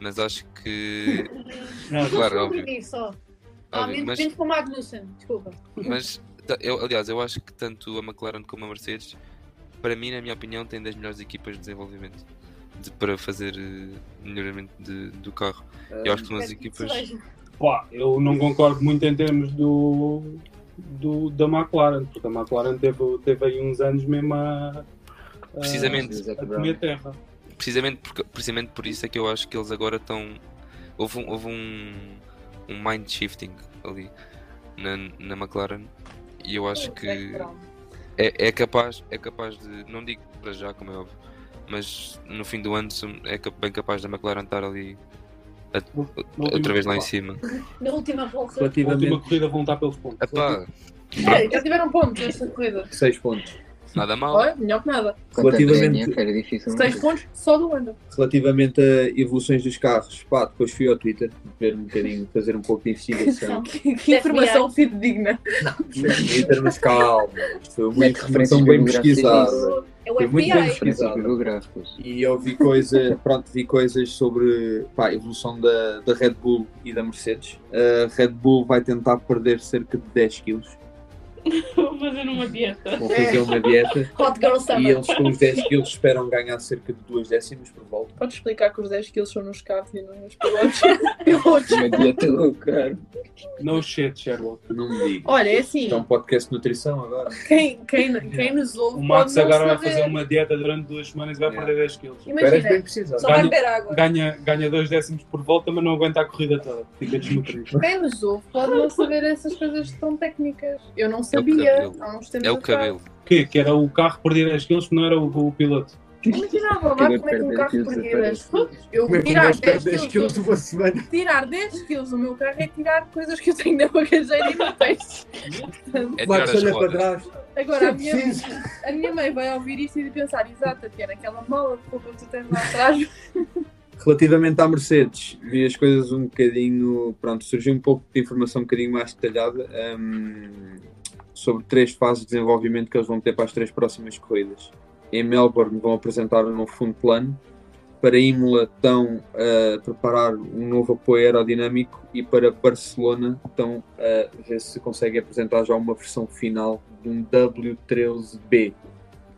[SPEAKER 7] mas acho que.
[SPEAKER 6] Não,
[SPEAKER 7] Claro,
[SPEAKER 8] Claro,
[SPEAKER 7] óbvio.
[SPEAKER 8] só. Ao
[SPEAKER 7] óbvio,
[SPEAKER 8] menos
[SPEAKER 7] mas,
[SPEAKER 8] menos para o Magnussen, desculpa.
[SPEAKER 7] mas ta- eu, aliás, eu acho que tanto a McLaren como a Mercedes, para mim, na minha opinião, têm das melhores equipas de desenvolvimento de- para fazer eh, melhoramento de- do carro. Eu acho que são as
[SPEAKER 8] Espero que isso
[SPEAKER 7] equipas.
[SPEAKER 8] seja.
[SPEAKER 6] Pá, eu não concordo muito em termos do, do- da McLaren, porque a McLaren teve, teve aí uns anos mesmo a. a-
[SPEAKER 7] Precisamente.
[SPEAKER 6] A comer terra.
[SPEAKER 7] precisamente, porque, precisamente por isso é que eu acho que eles agora estão. Houve um, houve um, um mind shifting ali na, na McLaren e eu acho que é, é capaz, é capaz de. Não digo para já, como é óbvio, mas no fim do ano sum- é cap- bem capaz da McLaren estar ali outra vez lá em cima.
[SPEAKER 8] Na última volta.
[SPEAKER 6] Na última
[SPEAKER 3] Relativamente
[SPEAKER 6] corrida vão estar pelos pontos.
[SPEAKER 7] Epá,
[SPEAKER 4] Ei, É, já tiveram pontos nesta corrida.
[SPEAKER 3] 6 pontos.
[SPEAKER 7] nada mal.
[SPEAKER 4] Olha, melhor que nada.
[SPEAKER 3] Relativamente-
[SPEAKER 5] Relativamente. Era difícil. não
[SPEAKER 4] Seis
[SPEAKER 5] era?
[SPEAKER 4] pontos só do ano.
[SPEAKER 3] Relativamente a evoluções dos carros, pá, depois fui ao Twitter ver um bocadinho, fazer um pouco de investigação.
[SPEAKER 4] Que, que informação fidedigna.
[SPEAKER 3] Twitter, mas calma, isto foi uma
[SPEAKER 5] Mete referências
[SPEAKER 3] informação bem
[SPEAKER 5] bibliográficas
[SPEAKER 3] pesquisada.
[SPEAKER 8] É o
[SPEAKER 3] Foi muito bem
[SPEAKER 8] FBI.
[SPEAKER 5] Referências
[SPEAKER 3] pesquisada.
[SPEAKER 5] biográficas.
[SPEAKER 3] E eu vi, coisa, pronto, vi coisas sobre pá, a evolução da, da Red Bull e da Mercedes. A Red Bull vai tentar perder cerca de 10 quilos.
[SPEAKER 9] fazer uma dieta. Tá
[SPEAKER 3] Vão fazer uma dieta
[SPEAKER 8] Hot Girl
[SPEAKER 3] e
[SPEAKER 8] Summer.
[SPEAKER 3] eles com os 10 quilos esperam ganhar cerca de 2 décimas por volta.
[SPEAKER 9] Podes explicar que os 10 quilos são nos carros e não nos pilotos?
[SPEAKER 5] Uma dieta low carb.
[SPEAKER 6] No shit, Sherlock.
[SPEAKER 3] Não me diga.
[SPEAKER 9] Olha, é assim,
[SPEAKER 3] Isto é um podcast de nutrição agora.
[SPEAKER 9] quem, quem, quem nos ouve
[SPEAKER 6] O Max
[SPEAKER 9] pode não
[SPEAKER 6] agora vai
[SPEAKER 9] saber.
[SPEAKER 6] fazer um uma dieta durante duas semanas e
[SPEAKER 7] É.
[SPEAKER 6] vai
[SPEAKER 3] Yeah.
[SPEAKER 6] perder 10 quilos.
[SPEAKER 3] Espera,
[SPEAKER 9] Imagina,
[SPEAKER 3] bem precisado.
[SPEAKER 8] Só vai
[SPEAKER 6] Ganha-
[SPEAKER 8] beber água.
[SPEAKER 6] Ganha, ganha dois décimos por volta, mas não aguenta a corrida toda. Fica desnutrido.
[SPEAKER 9] quem nos ouve pode não saber essas coisas tão técnicas. Eu não sabia,
[SPEAKER 7] É cabelo.
[SPEAKER 9] há uns tempos
[SPEAKER 7] É o
[SPEAKER 9] atrás.
[SPEAKER 7] cabelo.
[SPEAKER 6] Que, que era o carro perder 10 quilos, que não era o, o piloto.
[SPEAKER 9] Imaginava lá
[SPEAKER 5] Cada
[SPEAKER 9] como é que um
[SPEAKER 5] perda
[SPEAKER 9] carro
[SPEAKER 5] quilos
[SPEAKER 9] perdidas.
[SPEAKER 5] aparece.
[SPEAKER 9] Eu
[SPEAKER 3] Como é que um
[SPEAKER 9] tirar
[SPEAKER 3] gajo
[SPEAKER 9] 10
[SPEAKER 3] perde 10
[SPEAKER 9] quilos,
[SPEAKER 3] quilos
[SPEAKER 9] do-
[SPEAKER 3] numa semana?
[SPEAKER 9] tirar 10 quilos do meu carro é tirar coisas que eu tenho na bagageira e não tens.
[SPEAKER 7] É tirar
[SPEAKER 2] Max, olha
[SPEAKER 7] as
[SPEAKER 2] para
[SPEAKER 7] rodas.
[SPEAKER 2] trás.
[SPEAKER 9] Agora, a minha, a minha mãe vai ouvir isto e pensar, exato, Tatiana, aquela mala de roupa que tu tens lá atrás
[SPEAKER 3] Relativamente à Mercedes, vi as coisas um bocadinho. Pronto, surgiu um pouco de informação um bocadinho mais detalhada hum, sobre três fases de desenvolvimento que eles vão ter para as três próximas corridas. Em Melbourne vão apresentar um novo fundo plano. Para Imola estão a preparar um novo apoio aerodinâmico e para Barcelona estão a ver se conseguem apresentar já uma versão final de um W13B.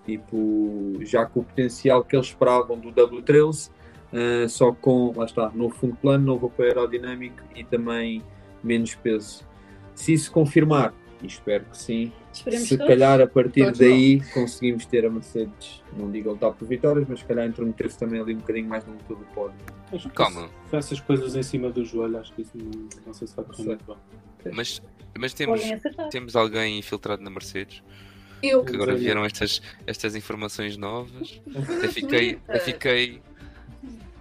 [SPEAKER 3] Tipo, já com o potencial que eles esperavam do W13, Uh, só com, lá está, novo fundo plano, novo apoio aerodinâmico e também menos peso. Se isso confirmar, e espero que sim,
[SPEAKER 8] Esperemos
[SPEAKER 3] se
[SPEAKER 8] todos.
[SPEAKER 3] calhar a partir
[SPEAKER 9] Todos
[SPEAKER 3] daí conseguimos ter a Mercedes, não digo lutar por vitórias, mas se calhar intrometer-se também ali um bocadinho mais no luta do pódio.
[SPEAKER 6] Acho que
[SPEAKER 7] Calma,
[SPEAKER 6] se- Com essas coisas em cima do joelho, acho que isso não, não sei se vai correr muito bem.
[SPEAKER 7] mas, mas temos,
[SPEAKER 8] Podem acertar.
[SPEAKER 7] temos alguém infiltrado na Mercedes.
[SPEAKER 9] Eu.
[SPEAKER 5] é.
[SPEAKER 7] Que agora vieram estas, estas informações novas. Até
[SPEAKER 9] Gratuita.
[SPEAKER 7] fiquei. Até fiquei...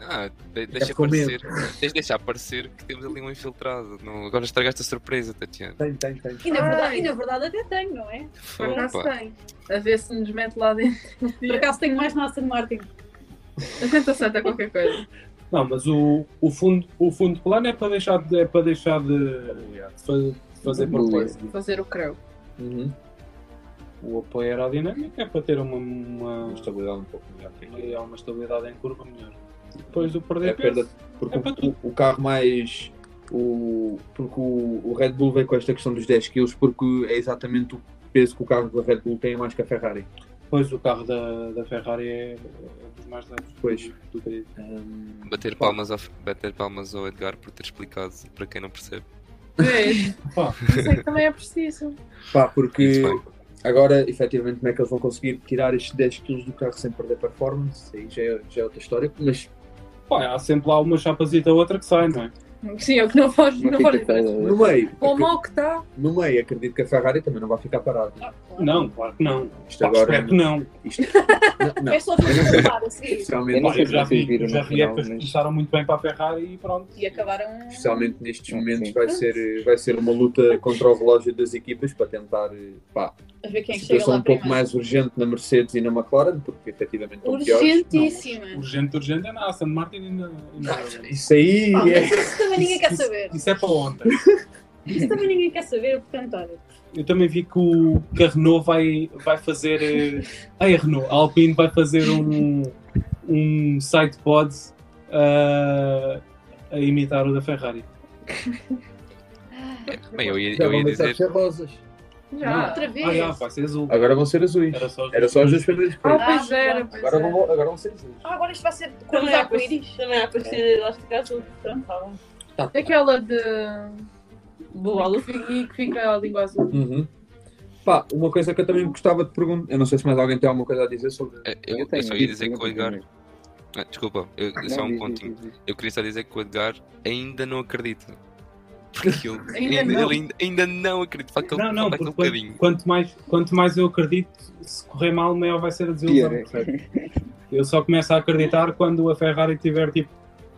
[SPEAKER 7] Ah, de- deixa
[SPEAKER 3] com
[SPEAKER 7] aparecer. Tens de deixar aparecer que temos ali um infiltrado. Não, agora estragaste a surpresa, Tatiana.
[SPEAKER 3] Tem, tem, tem.
[SPEAKER 8] E na, verdade,
[SPEAKER 9] Ai.
[SPEAKER 8] e na verdade até tenho, não é?
[SPEAKER 9] Por acaso
[SPEAKER 7] Opa.
[SPEAKER 9] tem. A ver se nos mete lá dentro.
[SPEAKER 8] Por acaso tenho mais na Aston Martin.
[SPEAKER 9] Tenta Santa qualquer coisa.
[SPEAKER 6] Não, mas o, o, fundo, o fundo de plano é para deixar de, é para deixar de, de fa- de fazer
[SPEAKER 5] Boa.
[SPEAKER 6] propósito.
[SPEAKER 9] Fazer o creu.
[SPEAKER 3] Uhum.
[SPEAKER 6] O apoio aerodinâmico é para ter uma, uma,
[SPEAKER 3] Uma estabilidade um pouco melhor que aqui.
[SPEAKER 6] uma, uma estabilidade em curva melhor. Depois do
[SPEAKER 3] É
[SPEAKER 6] perder
[SPEAKER 3] a
[SPEAKER 6] peso.
[SPEAKER 3] perda, porque
[SPEAKER 6] É para
[SPEAKER 3] o, o carro mais. O, porque o, o Red Bull veio com esta questão dos 10 kg, porque é exatamente o peso que o carro da Red Bull tem mais que a Ferrari.
[SPEAKER 6] Depois o carro da, da Ferrari é, é dos mais leves
[SPEAKER 3] Pois.
[SPEAKER 6] do país.
[SPEAKER 3] Hum,
[SPEAKER 7] Bater palmas, ao, bater palmas ao Edgar por ter explicado para quem não percebe.
[SPEAKER 9] Vês?
[SPEAKER 6] Pá.
[SPEAKER 9] Isso é que também é preciso.
[SPEAKER 3] Pá, porque
[SPEAKER 7] Muito bem.
[SPEAKER 3] agora, efetivamente, como é que eles vão conseguir tirar estes 10 kg do carro sem perder performance? Aí já é, já é outra história, mas
[SPEAKER 6] Pá, há sempre lá uma chapazita ou outra que sai, não é?
[SPEAKER 9] Sim, é o que não faz.
[SPEAKER 5] Uma
[SPEAKER 9] Não faz
[SPEAKER 5] fita
[SPEAKER 9] diferença.
[SPEAKER 5] tal.
[SPEAKER 3] no meio,
[SPEAKER 9] Com o
[SPEAKER 3] acre-
[SPEAKER 9] mal que tá. está.
[SPEAKER 3] no meio, acredito que a Ferrari também não vai ficar parada.
[SPEAKER 8] Ah,
[SPEAKER 6] Não, claro que não.
[SPEAKER 3] Isto
[SPEAKER 6] Pá,
[SPEAKER 3] agora.
[SPEAKER 6] espero que não.
[SPEAKER 3] Isto, não, não,
[SPEAKER 8] É só ver o resultado a seguir.
[SPEAKER 5] Eu
[SPEAKER 6] Pá,
[SPEAKER 5] não
[SPEAKER 3] especialmente,
[SPEAKER 5] sei
[SPEAKER 6] eu já
[SPEAKER 5] se vocês
[SPEAKER 6] vi,
[SPEAKER 5] viram
[SPEAKER 6] já
[SPEAKER 5] no
[SPEAKER 6] vi é
[SPEAKER 5] final,
[SPEAKER 6] que eles
[SPEAKER 5] mas-
[SPEAKER 6] começaram muito bem para a Ferrari e pronto.
[SPEAKER 8] E acabaram.
[SPEAKER 3] especialmente nestes
[SPEAKER 5] Sim.
[SPEAKER 3] momentos, vai ser, vai ser uma luta contra o relógio das equipas para tentar, eh, pá,
[SPEAKER 8] A ver quem é chega
[SPEAKER 3] situação
[SPEAKER 8] lá
[SPEAKER 3] um pouco
[SPEAKER 8] primeiro.
[SPEAKER 3] mais urgente na Mercedes e na McLaren, porque efetivamente estão piores.
[SPEAKER 8] Urgentíssima.
[SPEAKER 6] Urgente, urgente é na Aston Martin e na. e na-
[SPEAKER 3] Isso aí
[SPEAKER 8] Ah,
[SPEAKER 3] é.
[SPEAKER 8] mas isso também ninguém quer
[SPEAKER 6] Isso-
[SPEAKER 8] saber.
[SPEAKER 6] Isso é para ontem.
[SPEAKER 8] Isso também ninguém quer saber, portanto, olha.
[SPEAKER 6] Eu também vi que, o, que a Renault vai, vai fazer. eh, Ai, a Renault, a Alpine vai fazer um, um side pod ah, a imitar o da Ferrari.
[SPEAKER 7] Bem, eu ia,
[SPEAKER 3] Já
[SPEAKER 7] eu
[SPEAKER 3] vão
[SPEAKER 7] ia
[SPEAKER 3] deixar de
[SPEAKER 7] dizer.
[SPEAKER 3] ser rosas.
[SPEAKER 9] Já.
[SPEAKER 8] Outra vez.
[SPEAKER 6] Ah, já, vai ser azul.
[SPEAKER 3] Agora vão ser azuis.
[SPEAKER 6] Era só,
[SPEAKER 3] Era só as duas primeiras
[SPEAKER 9] Ah,
[SPEAKER 3] coisas.
[SPEAKER 9] pois era. pois é.
[SPEAKER 3] Agora
[SPEAKER 8] é.
[SPEAKER 9] era.
[SPEAKER 3] vão, agora vão ser azuis.
[SPEAKER 8] Ah, agora isto vai ser de cores
[SPEAKER 10] Também há
[SPEAKER 8] arco-íris.
[SPEAKER 10] Também há parecida elástica azul. Pronto, tá bom.
[SPEAKER 9] Aquela de. Boa, que fica- que fica a língua azul.
[SPEAKER 3] Uhum. Pá, uma coisa que eu também gostava de perguntar, eu não sei se mais alguém tem alguma coisa a dizer sobre.
[SPEAKER 7] eh, Eu, eu
[SPEAKER 5] tenho,
[SPEAKER 7] só ia
[SPEAKER 5] digo,
[SPEAKER 7] dizer que o
[SPEAKER 5] pergunta
[SPEAKER 7] Edgar.
[SPEAKER 5] primeiro.
[SPEAKER 7] Ah, Desculpa, eu, só
[SPEAKER 5] Não,
[SPEAKER 7] um
[SPEAKER 5] diz,
[SPEAKER 7] pontinho.
[SPEAKER 5] diz, diz.
[SPEAKER 7] Eu queria só dizer que o Edgar ainda não acredita. Porque ele
[SPEAKER 9] Ainda
[SPEAKER 7] ainda,
[SPEAKER 9] não.
[SPEAKER 7] ele ainda, ainda não acredita. Falta aquele,
[SPEAKER 6] Não, não,
[SPEAKER 7] falta aquele
[SPEAKER 6] porque
[SPEAKER 7] um bocadinho.
[SPEAKER 6] quanto, quanto mais, quanto mais eu acredito, se correr mal, maior vai ser a desilusão.
[SPEAKER 5] Pior, é.
[SPEAKER 6] percebe? Eu só começo a acreditar quando a Ferrari tiver tipo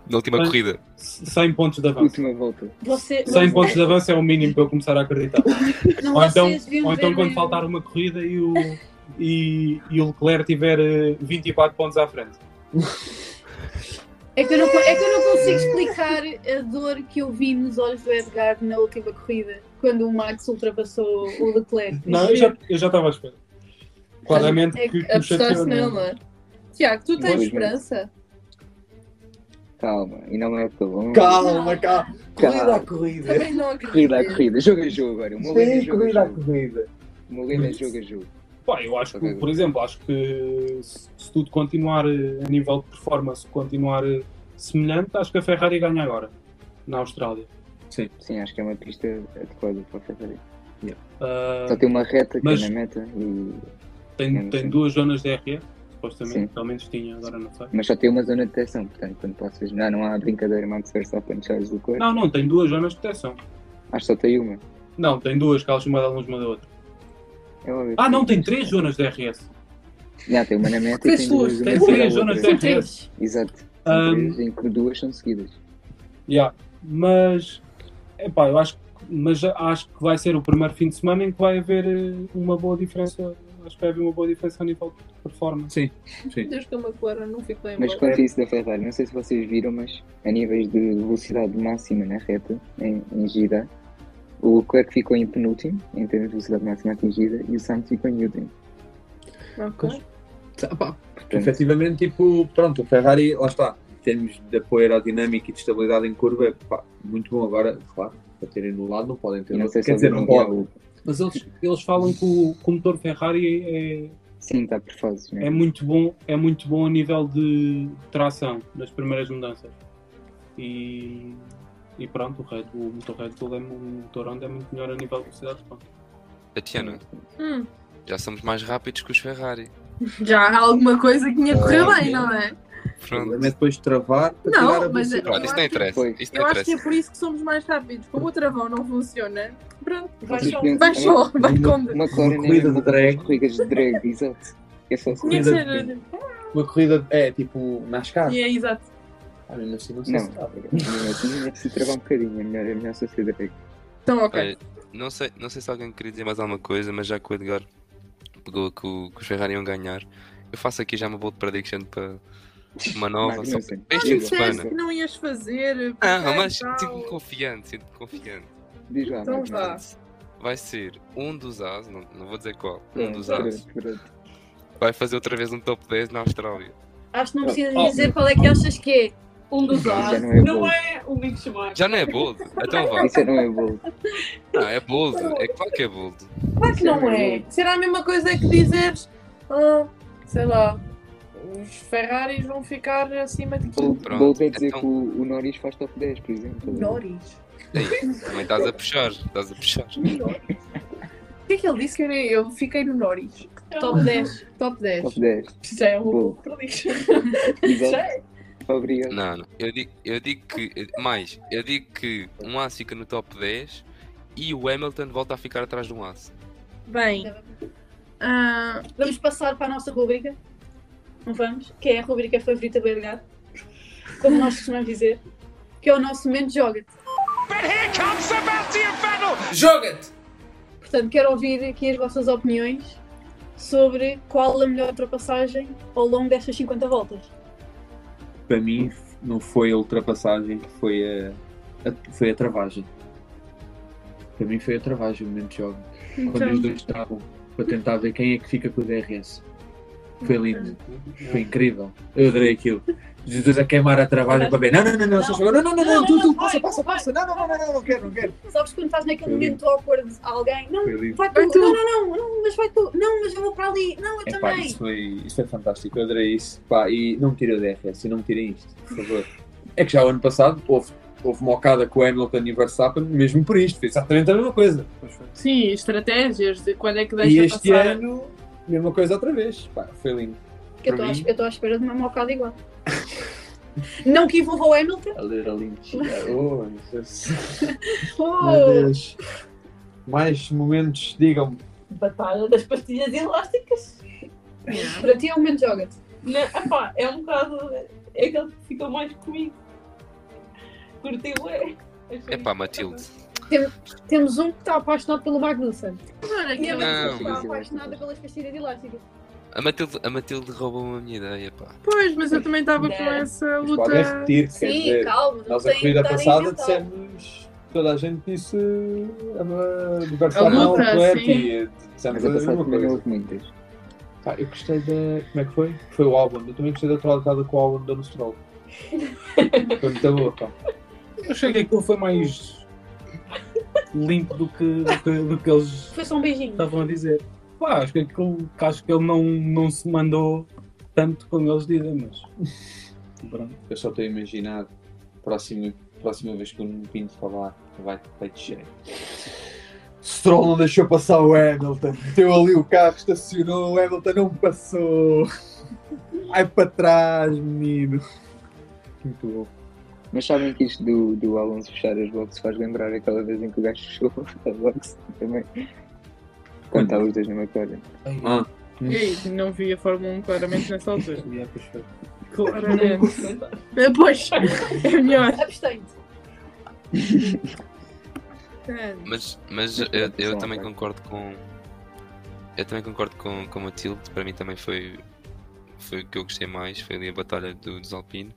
[SPEAKER 7] Na última
[SPEAKER 6] Mas-
[SPEAKER 7] corrida.
[SPEAKER 6] 100 pontos de avanço.
[SPEAKER 5] Última volta.
[SPEAKER 8] Você,
[SPEAKER 6] 100 pontos de avanço é o mínimo para eu começar a acreditar.
[SPEAKER 8] não,
[SPEAKER 6] Ou então,
[SPEAKER 8] vocês deviam
[SPEAKER 6] ou então
[SPEAKER 8] ver
[SPEAKER 6] quando
[SPEAKER 8] o-
[SPEAKER 6] faltar uma corrida e o, e, e o Leclerc tiver eh, 24 pontos à frente.
[SPEAKER 8] É que, eu não, é que eu não consigo explicar a dor que eu vi nos olhos do Edgar na última corrida, quando o Max ultrapassou o Leclerc.
[SPEAKER 6] Não, eu já, eu já estava à espera. Claramente
[SPEAKER 9] É
[SPEAKER 6] que,
[SPEAKER 9] que
[SPEAKER 6] que me chateou,
[SPEAKER 9] apostaste
[SPEAKER 6] não é?
[SPEAKER 9] nele, não é? Tiago, tu tens
[SPEAKER 5] Boa,
[SPEAKER 9] esperança?
[SPEAKER 5] Calma, ainda não é época longa.
[SPEAKER 8] Calma,
[SPEAKER 3] calma.
[SPEAKER 5] Corrida à
[SPEAKER 3] corrida.
[SPEAKER 9] Também não acredito.
[SPEAKER 5] Corrida a corrida, é jogo a jogo agora. Uma linha, jogo a
[SPEAKER 3] corrida à
[SPEAKER 5] jogo.
[SPEAKER 3] corrida.
[SPEAKER 5] Molina é jogo a jogo.
[SPEAKER 6] Pá, eu acho que, por exemplo, acho que se se tudo continuar eh, a nível de performance, continuar eh, semelhante, acho que a Ferrari ganha agora, na Austrália.
[SPEAKER 3] Sim.
[SPEAKER 5] Sim, acho que é uma pista adequada para a Ferrari.
[SPEAKER 6] Ah,
[SPEAKER 5] Só tem uma reta que
[SPEAKER 6] mas-
[SPEAKER 5] é na meta, e...
[SPEAKER 6] tem, tem duas zonas de RE, supostamente,
[SPEAKER 5] Sim.
[SPEAKER 6] pelo menos tinha, agora não sei.
[SPEAKER 5] mas só tem uma zona de detecção, portanto, quando passas, não, não há brincadeira Max Verstappen Charles Leclerc,
[SPEAKER 6] Não, não, tem duas zonas de proteção.
[SPEAKER 5] acho que só tem uma.
[SPEAKER 6] Não, tem duas, que elas uma delas uma da outra.
[SPEAKER 5] É óbvio.
[SPEAKER 6] Ah, não, tem três zonas de RS.
[SPEAKER 5] Não, tem uma na meta e
[SPEAKER 9] Tem
[SPEAKER 5] tem duas.
[SPEAKER 9] duas,
[SPEAKER 5] uma
[SPEAKER 6] tem
[SPEAKER 5] em cima
[SPEAKER 6] três
[SPEAKER 5] da outra.
[SPEAKER 6] zonas de RS.
[SPEAKER 5] Exato.
[SPEAKER 6] Ahm.
[SPEAKER 5] São três, em que duas são seguidas.
[SPEAKER 6] Yeah. Mas, epá, eu acho, que- mas acho que vai ser o primeiro fim de semana em que vai haver eh, uma boa diferença. Acho que vai haver uma boa diferença a nível de performance.
[SPEAKER 3] Sim, sim.
[SPEAKER 9] Deus que eu me aclaro, não fico bem
[SPEAKER 5] Mas quanto a isso da Ferrari, não sei se vocês viram, mas a níveis de velocidade máxima na reta, em, em Gida, o Leclerc ficou em penúltimo, em termos de velocidade máxima atingida, e o Sainz ficou em último.
[SPEAKER 9] Ok.
[SPEAKER 3] Pá,
[SPEAKER 5] Portanto,
[SPEAKER 3] efetivamente, tipo, pronto, o Ferrari, lá está, em termos de apoio aerodinâmico e de estabilidade em curva, pá, muito bom agora, claro, para terem no lado não podem ter
[SPEAKER 5] e não
[SPEAKER 3] outro.
[SPEAKER 5] sei se um
[SPEAKER 3] Quer dizer, um
[SPEAKER 5] ouviram
[SPEAKER 3] não
[SPEAKER 5] que há
[SPEAKER 3] podem.
[SPEAKER 5] o-
[SPEAKER 6] Mas eles, eles falam que o, que o motor Ferrari
[SPEAKER 5] Sim, está por fases,
[SPEAKER 6] é,
[SPEAKER 5] né?
[SPEAKER 6] é, muito bom, é muito bom a nível de tração nas primeiras mudanças. E, e pronto, o, Red Bull, o motor Red Bull é um motor onde é muito melhor a nível de velocidade. pronto.
[SPEAKER 7] Tatiana,
[SPEAKER 9] Hum,
[SPEAKER 7] já somos mais rápidos que os Ferrari.
[SPEAKER 9] já há alguma coisa que tinha corrido bem, não é?
[SPEAKER 3] O
[SPEAKER 7] Pronto.
[SPEAKER 3] problema é depois travar para
[SPEAKER 9] Não,
[SPEAKER 3] tirar a
[SPEAKER 9] mas é-
[SPEAKER 3] velocidade.
[SPEAKER 7] Olha, isso não interessa.
[SPEAKER 5] Foi.
[SPEAKER 7] Isso
[SPEAKER 9] Eu
[SPEAKER 7] não
[SPEAKER 9] acho que é
[SPEAKER 7] interessa.
[SPEAKER 9] por isso que somos mais rápidos. Como o travão não funciona, pronto, vai
[SPEAKER 5] Vocês
[SPEAKER 9] só,
[SPEAKER 5] conhecem-
[SPEAKER 9] vai só, vai
[SPEAKER 5] Uma,
[SPEAKER 9] com.
[SPEAKER 5] uma Clara
[SPEAKER 3] corrida de drag.
[SPEAKER 5] Corridas de drag, exato. É só
[SPEAKER 9] Tinha que
[SPEAKER 3] corrida
[SPEAKER 9] ser.
[SPEAKER 3] Uma corrida é tipo NASCAR.
[SPEAKER 9] E é exato.
[SPEAKER 3] Ah, ainda assim, não sei
[SPEAKER 5] Não,
[SPEAKER 3] se dá.
[SPEAKER 5] é preciso travar um bocadinho, é melhor, é melhor só ser drag.
[SPEAKER 9] Então, ok.
[SPEAKER 7] Olha, não, sei, não sei se alguém queria dizer mais alguma coisa, mas já que o Edgar pegou que, o, que os Ferrari iam ganhar, eu faço aqui já uma bold prediction para uma nova. só
[SPEAKER 5] Magnussen.
[SPEAKER 7] para este fim de semana.
[SPEAKER 9] Disseste que não ias fazer.
[SPEAKER 7] Ah, mas
[SPEAKER 9] tal.
[SPEAKER 7] sinto-me confiante, sinto-me confiante.
[SPEAKER 5] Diz lá,
[SPEAKER 9] Então
[SPEAKER 5] Magnussen.
[SPEAKER 9] vá.
[SPEAKER 7] Vai ser um dos As, não, não vou dizer qual, um
[SPEAKER 5] Pronto,
[SPEAKER 7] dos As,
[SPEAKER 5] pronto, pronto.
[SPEAKER 7] vai fazer outra vez um top 10 na Austrália.
[SPEAKER 8] Acho que não precisas
[SPEAKER 3] Oh.
[SPEAKER 8] dizer qual é que achas que é.
[SPEAKER 10] Um dos
[SPEAKER 5] Já
[SPEAKER 10] lados.
[SPEAKER 5] não é
[SPEAKER 10] Não
[SPEAKER 5] bom.
[SPEAKER 10] é
[SPEAKER 8] um
[SPEAKER 10] o Mick Schumacher.
[SPEAKER 7] Já não é bold? Então vá.
[SPEAKER 5] Isso não é bom.
[SPEAKER 7] Ah, é bold, é claro que é bold.
[SPEAKER 9] Claro que
[SPEAKER 5] um
[SPEAKER 9] não é. Será a mesma coisa que dizeres, ah, sei lá, os Ferraris vão ficar acima de
[SPEAKER 5] Bol-
[SPEAKER 9] quinto.
[SPEAKER 7] Pronto,
[SPEAKER 5] Bold é dizer
[SPEAKER 7] então-
[SPEAKER 5] que o, o Norris faz top 10, por exemplo.
[SPEAKER 9] Noris.
[SPEAKER 7] Aí, também estás a puxar, estás a puxar.
[SPEAKER 9] O que é que ele disse que eu, nem- eu fiquei no Noris?
[SPEAKER 8] Top 10.
[SPEAKER 9] Top 10.
[SPEAKER 5] Top 10.
[SPEAKER 9] Já é um
[SPEAKER 5] Bold. Exato. Obrigado.
[SPEAKER 7] Não, não. Eu digo, eu digo que. Mais, eu digo que um As fica no top 10 e o Hamilton volta a ficar atrás de um As.
[SPEAKER 8] Tá
[SPEAKER 9] Bem, ah,
[SPEAKER 8] Vamos passar para a nossa rubrica. Não vamos? Que é a rubrica favorita do Edgar. Como nós costumamos dizer. Que é o nosso momento joga
[SPEAKER 1] But here comes Sebastian Vettel.
[SPEAKER 8] Portanto, quero ouvir aqui as vossas opiniões sobre qual a melhor ultrapassagem ao longo destas 50 voltas.
[SPEAKER 3] Para mim, não foi a ultrapassagem, foi a, a- foi a travagem. Para mim, foi a travagem o momento de jogo. Quando os
[SPEAKER 9] então,
[SPEAKER 3] dois estavam para tentar ver quem é que fica com o DRS. Foi lindo, foi incrível. Eu adorei aquilo. Os dois a queimar a travagem para ver. Não, não, não, não, só chegou. Não, não, não, não, tu, tu, passa, passa, passa. Não, não, não, não, não, não quero, não quero.
[SPEAKER 8] Sabes quando estás naquele
[SPEAKER 3] Sim.
[SPEAKER 8] momento awkward a alguém? Não,
[SPEAKER 3] Foi lindo.
[SPEAKER 8] vai tu,
[SPEAKER 9] Vai tu.
[SPEAKER 8] Não, não, não, não, mas vai tu, não, mas eu vou para ali, não, eu
[SPEAKER 3] Epá,
[SPEAKER 8] também.
[SPEAKER 3] isso foi, isso foi fantástico, eu adorei isso. Pá, e não me tirem o DRS, e não me tirem isto, por favor. É que já o ano passado houve, houve mocada com o Hamilton e o Verstappen, mesmo por isto, fez exatamente a mesma coisa. Mas foi.
[SPEAKER 9] sim, estratégias de quando é que
[SPEAKER 3] E
[SPEAKER 9] deixa
[SPEAKER 3] este
[SPEAKER 9] passar.
[SPEAKER 3] ano, mesma coisa outra vez. Pá, foi lindo.
[SPEAKER 8] Que eu
[SPEAKER 3] Para
[SPEAKER 8] estou à-
[SPEAKER 3] mim-
[SPEAKER 8] eu estou à espera de uma mocada igual. não que envolva o Hamilton.
[SPEAKER 3] A ler a lindinha. Oh, meu Deus. Meu
[SPEAKER 8] Oh,
[SPEAKER 3] Deus. Mais momentos, digam-me.
[SPEAKER 10] Batalha das pastilhas elásticas.
[SPEAKER 8] para ti é um momento joga
[SPEAKER 10] Não, epá, é um bocado. É aquele que ficou mais comigo. Curti o é.
[SPEAKER 7] Epá, Matilde.
[SPEAKER 8] Temos um que está apaixonado pelo Magnussen.
[SPEAKER 9] Olha,
[SPEAKER 8] E a
[SPEAKER 9] é que-
[SPEAKER 8] Matilde
[SPEAKER 7] mas-
[SPEAKER 8] está apaixonada pelas pastilhas elásticas.
[SPEAKER 7] A Matilde, a Matilde roubou-me a minha ideia, pá.
[SPEAKER 9] Pois, mas eu também estava com
[SPEAKER 10] Não.
[SPEAKER 9] essa
[SPEAKER 3] Mas podem
[SPEAKER 6] é
[SPEAKER 9] luta.
[SPEAKER 6] tipo?
[SPEAKER 3] repetir, quer
[SPEAKER 8] Sim,
[SPEAKER 3] dizer,
[SPEAKER 8] calma, não
[SPEAKER 3] nós a
[SPEAKER 8] tem que
[SPEAKER 3] corrida
[SPEAKER 8] estar a
[SPEAKER 3] passada
[SPEAKER 8] inventar.
[SPEAKER 3] dissemos. Toda a gente disse. ah, Do Verstappen
[SPEAKER 9] A
[SPEAKER 3] ao
[SPEAKER 9] luta,
[SPEAKER 3] Leclerc
[SPEAKER 9] sim.
[SPEAKER 3] e ah, dissemos
[SPEAKER 5] Mas a
[SPEAKER 3] a
[SPEAKER 5] passada
[SPEAKER 3] mesma
[SPEAKER 5] também não
[SPEAKER 3] coisa.
[SPEAKER 5] houve muitas.
[SPEAKER 6] Pá, eu gostei da. Como é que foi? Foi o álbum. Eu também gostei da trocada com o álbum da Nostral. foi muito boa, pá. Eu achei que aquilo foi mais. limpo do que, do que, do que eles
[SPEAKER 8] Foi só um beijinho.
[SPEAKER 6] estavam a dizer. Pá, acho que, aquilo, que acho que ele não, não se mandou tanto como eles dizem, mas pronto.
[SPEAKER 3] Eu só estou a imaginar, próxima, próxima vez que o Nuno Pinto falar, vai, vai descer. Stroll não deixou passar o Hamilton. Deu ali o carro, estacionou, o Hamilton não passou. Ai para trás, menino.
[SPEAKER 6] Muito bom.
[SPEAKER 5] Mas sabem que isto do, do Alonso fechar as boxes faz lembrar aquela vez em que o gajo fechou a box também. Quando estavam os dois na McLaren.
[SPEAKER 3] Ah,
[SPEAKER 9] E aí, não vi a Fórmula 1 claramente nessa altura.
[SPEAKER 6] E é, pois foi.
[SPEAKER 9] Claramente. Pois, é melhor.
[SPEAKER 8] Abstente.
[SPEAKER 7] Mas, mas
[SPEAKER 5] Mas
[SPEAKER 7] eu,
[SPEAKER 5] pronto,
[SPEAKER 7] eu
[SPEAKER 5] só um
[SPEAKER 7] também
[SPEAKER 5] ataque.
[SPEAKER 7] concordo com. Eu também concordo com, com a Matilde, para mim também foi, foi o que eu gostei mais, foi ali a batalha do, dos Alpine.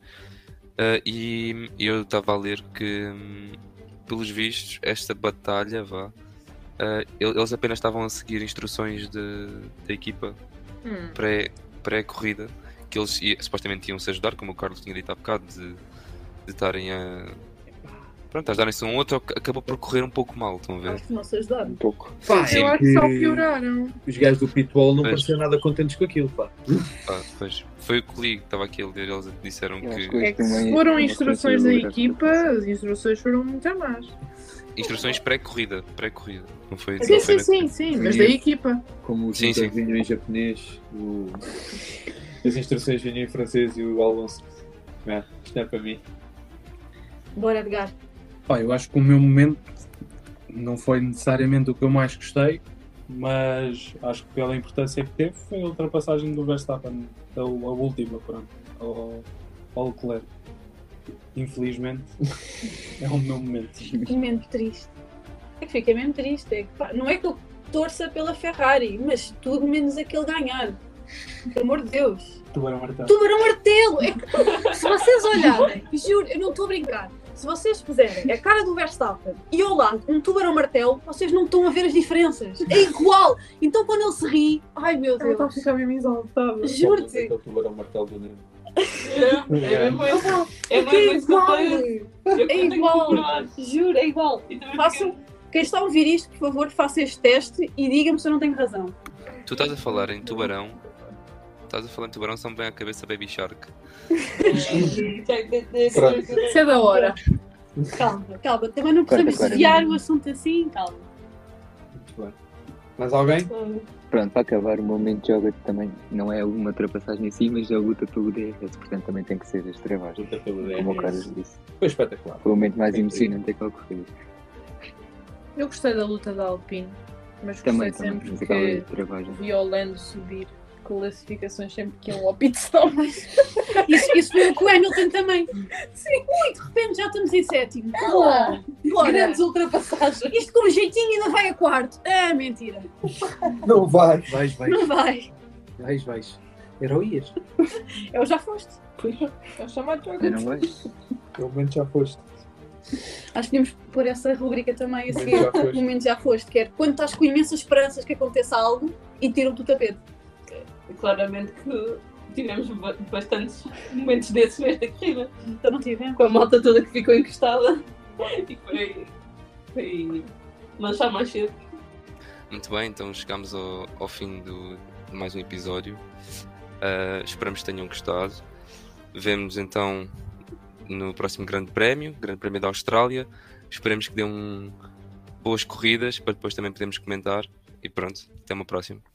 [SPEAKER 7] Ah, e eu estava a ler que, hum, pelos vistos, esta batalha, vá, ah, el- eles apenas estavam a seguir instruções de- da equipa
[SPEAKER 9] Hum.
[SPEAKER 7] pré- pré-corrida, que eles ia- supostamente iam se ajudar, como o Carlos tinha dito há bocado, de de estarem a. Pronto, a ajudarem-se um ao outro, ac- acabou por correr um pouco mal, estão a ver?
[SPEAKER 8] Acho que não se ajudaram.
[SPEAKER 5] Um pouco.
[SPEAKER 3] pá,
[SPEAKER 9] Eu
[SPEAKER 3] é
[SPEAKER 9] acho que só pioraram.
[SPEAKER 3] os gajos do pitbull não
[SPEAKER 7] Pois.
[SPEAKER 3] pareciam nada contentes com aquilo, pá.
[SPEAKER 7] Ah, pois. Foi o que li, estava aqui a ler, eles disseram
[SPEAKER 5] Eu acho
[SPEAKER 7] que
[SPEAKER 5] que
[SPEAKER 9] É
[SPEAKER 5] hoje
[SPEAKER 9] que
[SPEAKER 5] também.
[SPEAKER 9] se
[SPEAKER 5] é
[SPEAKER 9] foram
[SPEAKER 5] uma
[SPEAKER 9] instruções da
[SPEAKER 5] coisa
[SPEAKER 9] equipa, as instruções foram muito más.
[SPEAKER 7] instruções pré-corrida, pré-corrida, não foi?
[SPEAKER 9] Sim,
[SPEAKER 7] não foi
[SPEAKER 9] sim,
[SPEAKER 7] na-
[SPEAKER 9] sim, sim, mas da equipa.
[SPEAKER 3] Como os
[SPEAKER 7] Sim, sim.
[SPEAKER 3] motores vinham em japonês, o- as instruções vinham em francês e o Alonso. É, isto não é para mim.
[SPEAKER 8] Bora, Edgar.
[SPEAKER 6] Pá, eu acho que o meu momento não foi necessariamente o que eu mais gostei, mas acho que pela importância que teve foi a ultrapassagem do Verstappen, a, a última, pronto, ao, ao Leclerc. Infelizmente, é o meu momento.
[SPEAKER 8] Fiquei mesmo triste. É que fiquei mesmo triste. É que, pá, não é que eu torça pela Ferrari, mas tudo menos aquele ganhar. Pelo amor de Deus.
[SPEAKER 6] Tubarão Martão.
[SPEAKER 8] Tubarão martelo! É que, se vocês olharem, juro, eu não estou a brincar. Se vocês puserem a cara do Verstappen e ao lado um tubarão martelo, vocês não estão a ver as diferenças. É igual! Então quando ele se ri, ai tá meu
[SPEAKER 9] Ela está a
[SPEAKER 8] Deus,
[SPEAKER 9] ficar mesmo exaltada.
[SPEAKER 8] juro-te,
[SPEAKER 3] Aquele tubarão martelo do Nuno.
[SPEAKER 10] É mesmo isso. É
[SPEAKER 8] é
[SPEAKER 10] mesmo isso que eu
[SPEAKER 8] igual!
[SPEAKER 10] tenho- eu
[SPEAKER 8] É
[SPEAKER 10] tenho que
[SPEAKER 8] igual!
[SPEAKER 10] procurar.
[SPEAKER 8] Juro, é igual!
[SPEAKER 10] E também
[SPEAKER 8] Façam, quem está a ouvir isto, por favor, faça este teste e diga-me se eu não tenho razão.
[SPEAKER 7] Tu estás a falar em tubarão, estás a falar em tubarão, só me vem à cabeça Baby Shark.
[SPEAKER 10] fiquei- Tem- tem- tem-
[SPEAKER 3] Pronto.
[SPEAKER 10] tem-
[SPEAKER 9] Isso é da hora.
[SPEAKER 8] Calma, calma, também não
[SPEAKER 5] Corta,
[SPEAKER 8] podemos
[SPEAKER 5] Clara.
[SPEAKER 8] desviar o assunto assim, calma.
[SPEAKER 3] Muito bem. Mais alguém?
[SPEAKER 5] Pronto, para acabar, o momento de jogo também não é uma ultrapassagem em si, mas é a luta pelo DRS, portanto também tem que ser as travas. É
[SPEAKER 3] Luta pelo
[SPEAKER 5] Como o Carlos
[SPEAKER 3] DRS.
[SPEAKER 5] disse.
[SPEAKER 3] Foi espetacular.
[SPEAKER 5] Foi o momento mais emocionante daquela corrida.
[SPEAKER 9] Eu gostei da luta da Alpine, mas
[SPEAKER 5] Também,
[SPEAKER 9] gostei
[SPEAKER 5] também.
[SPEAKER 9] sempre
[SPEAKER 5] Mas aquela
[SPEAKER 9] que
[SPEAKER 5] travagem.
[SPEAKER 9] vi o Lando subir classificações sempre que iam ao pit stop.
[SPEAKER 8] Isso, isso foi o que o Hamilton também. Sim. Ui, de repente já estamos em sétimo. Bora, bora.
[SPEAKER 9] Grandes ultrapassagens.
[SPEAKER 8] Isto com jeitinho ainda vai a quarto. Ah, mentira.
[SPEAKER 3] Não vai. Vais, vais,
[SPEAKER 8] Não vai.
[SPEAKER 3] vais, vais. Heroías.
[SPEAKER 8] Eu já foste.
[SPEAKER 9] É o chamado jogo.
[SPEAKER 5] Eu não gosto.
[SPEAKER 3] Realmente já foste.
[SPEAKER 8] Acho que tínhamos que pôr essa rubrica também a
[SPEAKER 3] Momento
[SPEAKER 8] seguir.
[SPEAKER 3] já foste.
[SPEAKER 8] momento já foste, que é quando estás com imensas esperanças que aconteça algo e tiram-te o tapete.
[SPEAKER 10] Claramente que tivemos ba- bastantes momentos desses nesta corrida.
[SPEAKER 8] Então não tivemos.
[SPEAKER 10] Com a malta toda que ficou encostada. E foi. Foi. Lanchar mais cedo.
[SPEAKER 7] Muito bem, então chegamos ao, ao fim do, de mais um episódio. Ah, esperamos que tenham gostado. Vemo-nos então no próximo Grande Prémio, Grande Prémio da Austrália. Esperemos que dê um, boas corridas para depois também podermos comentar. E pronto, até uma próxima.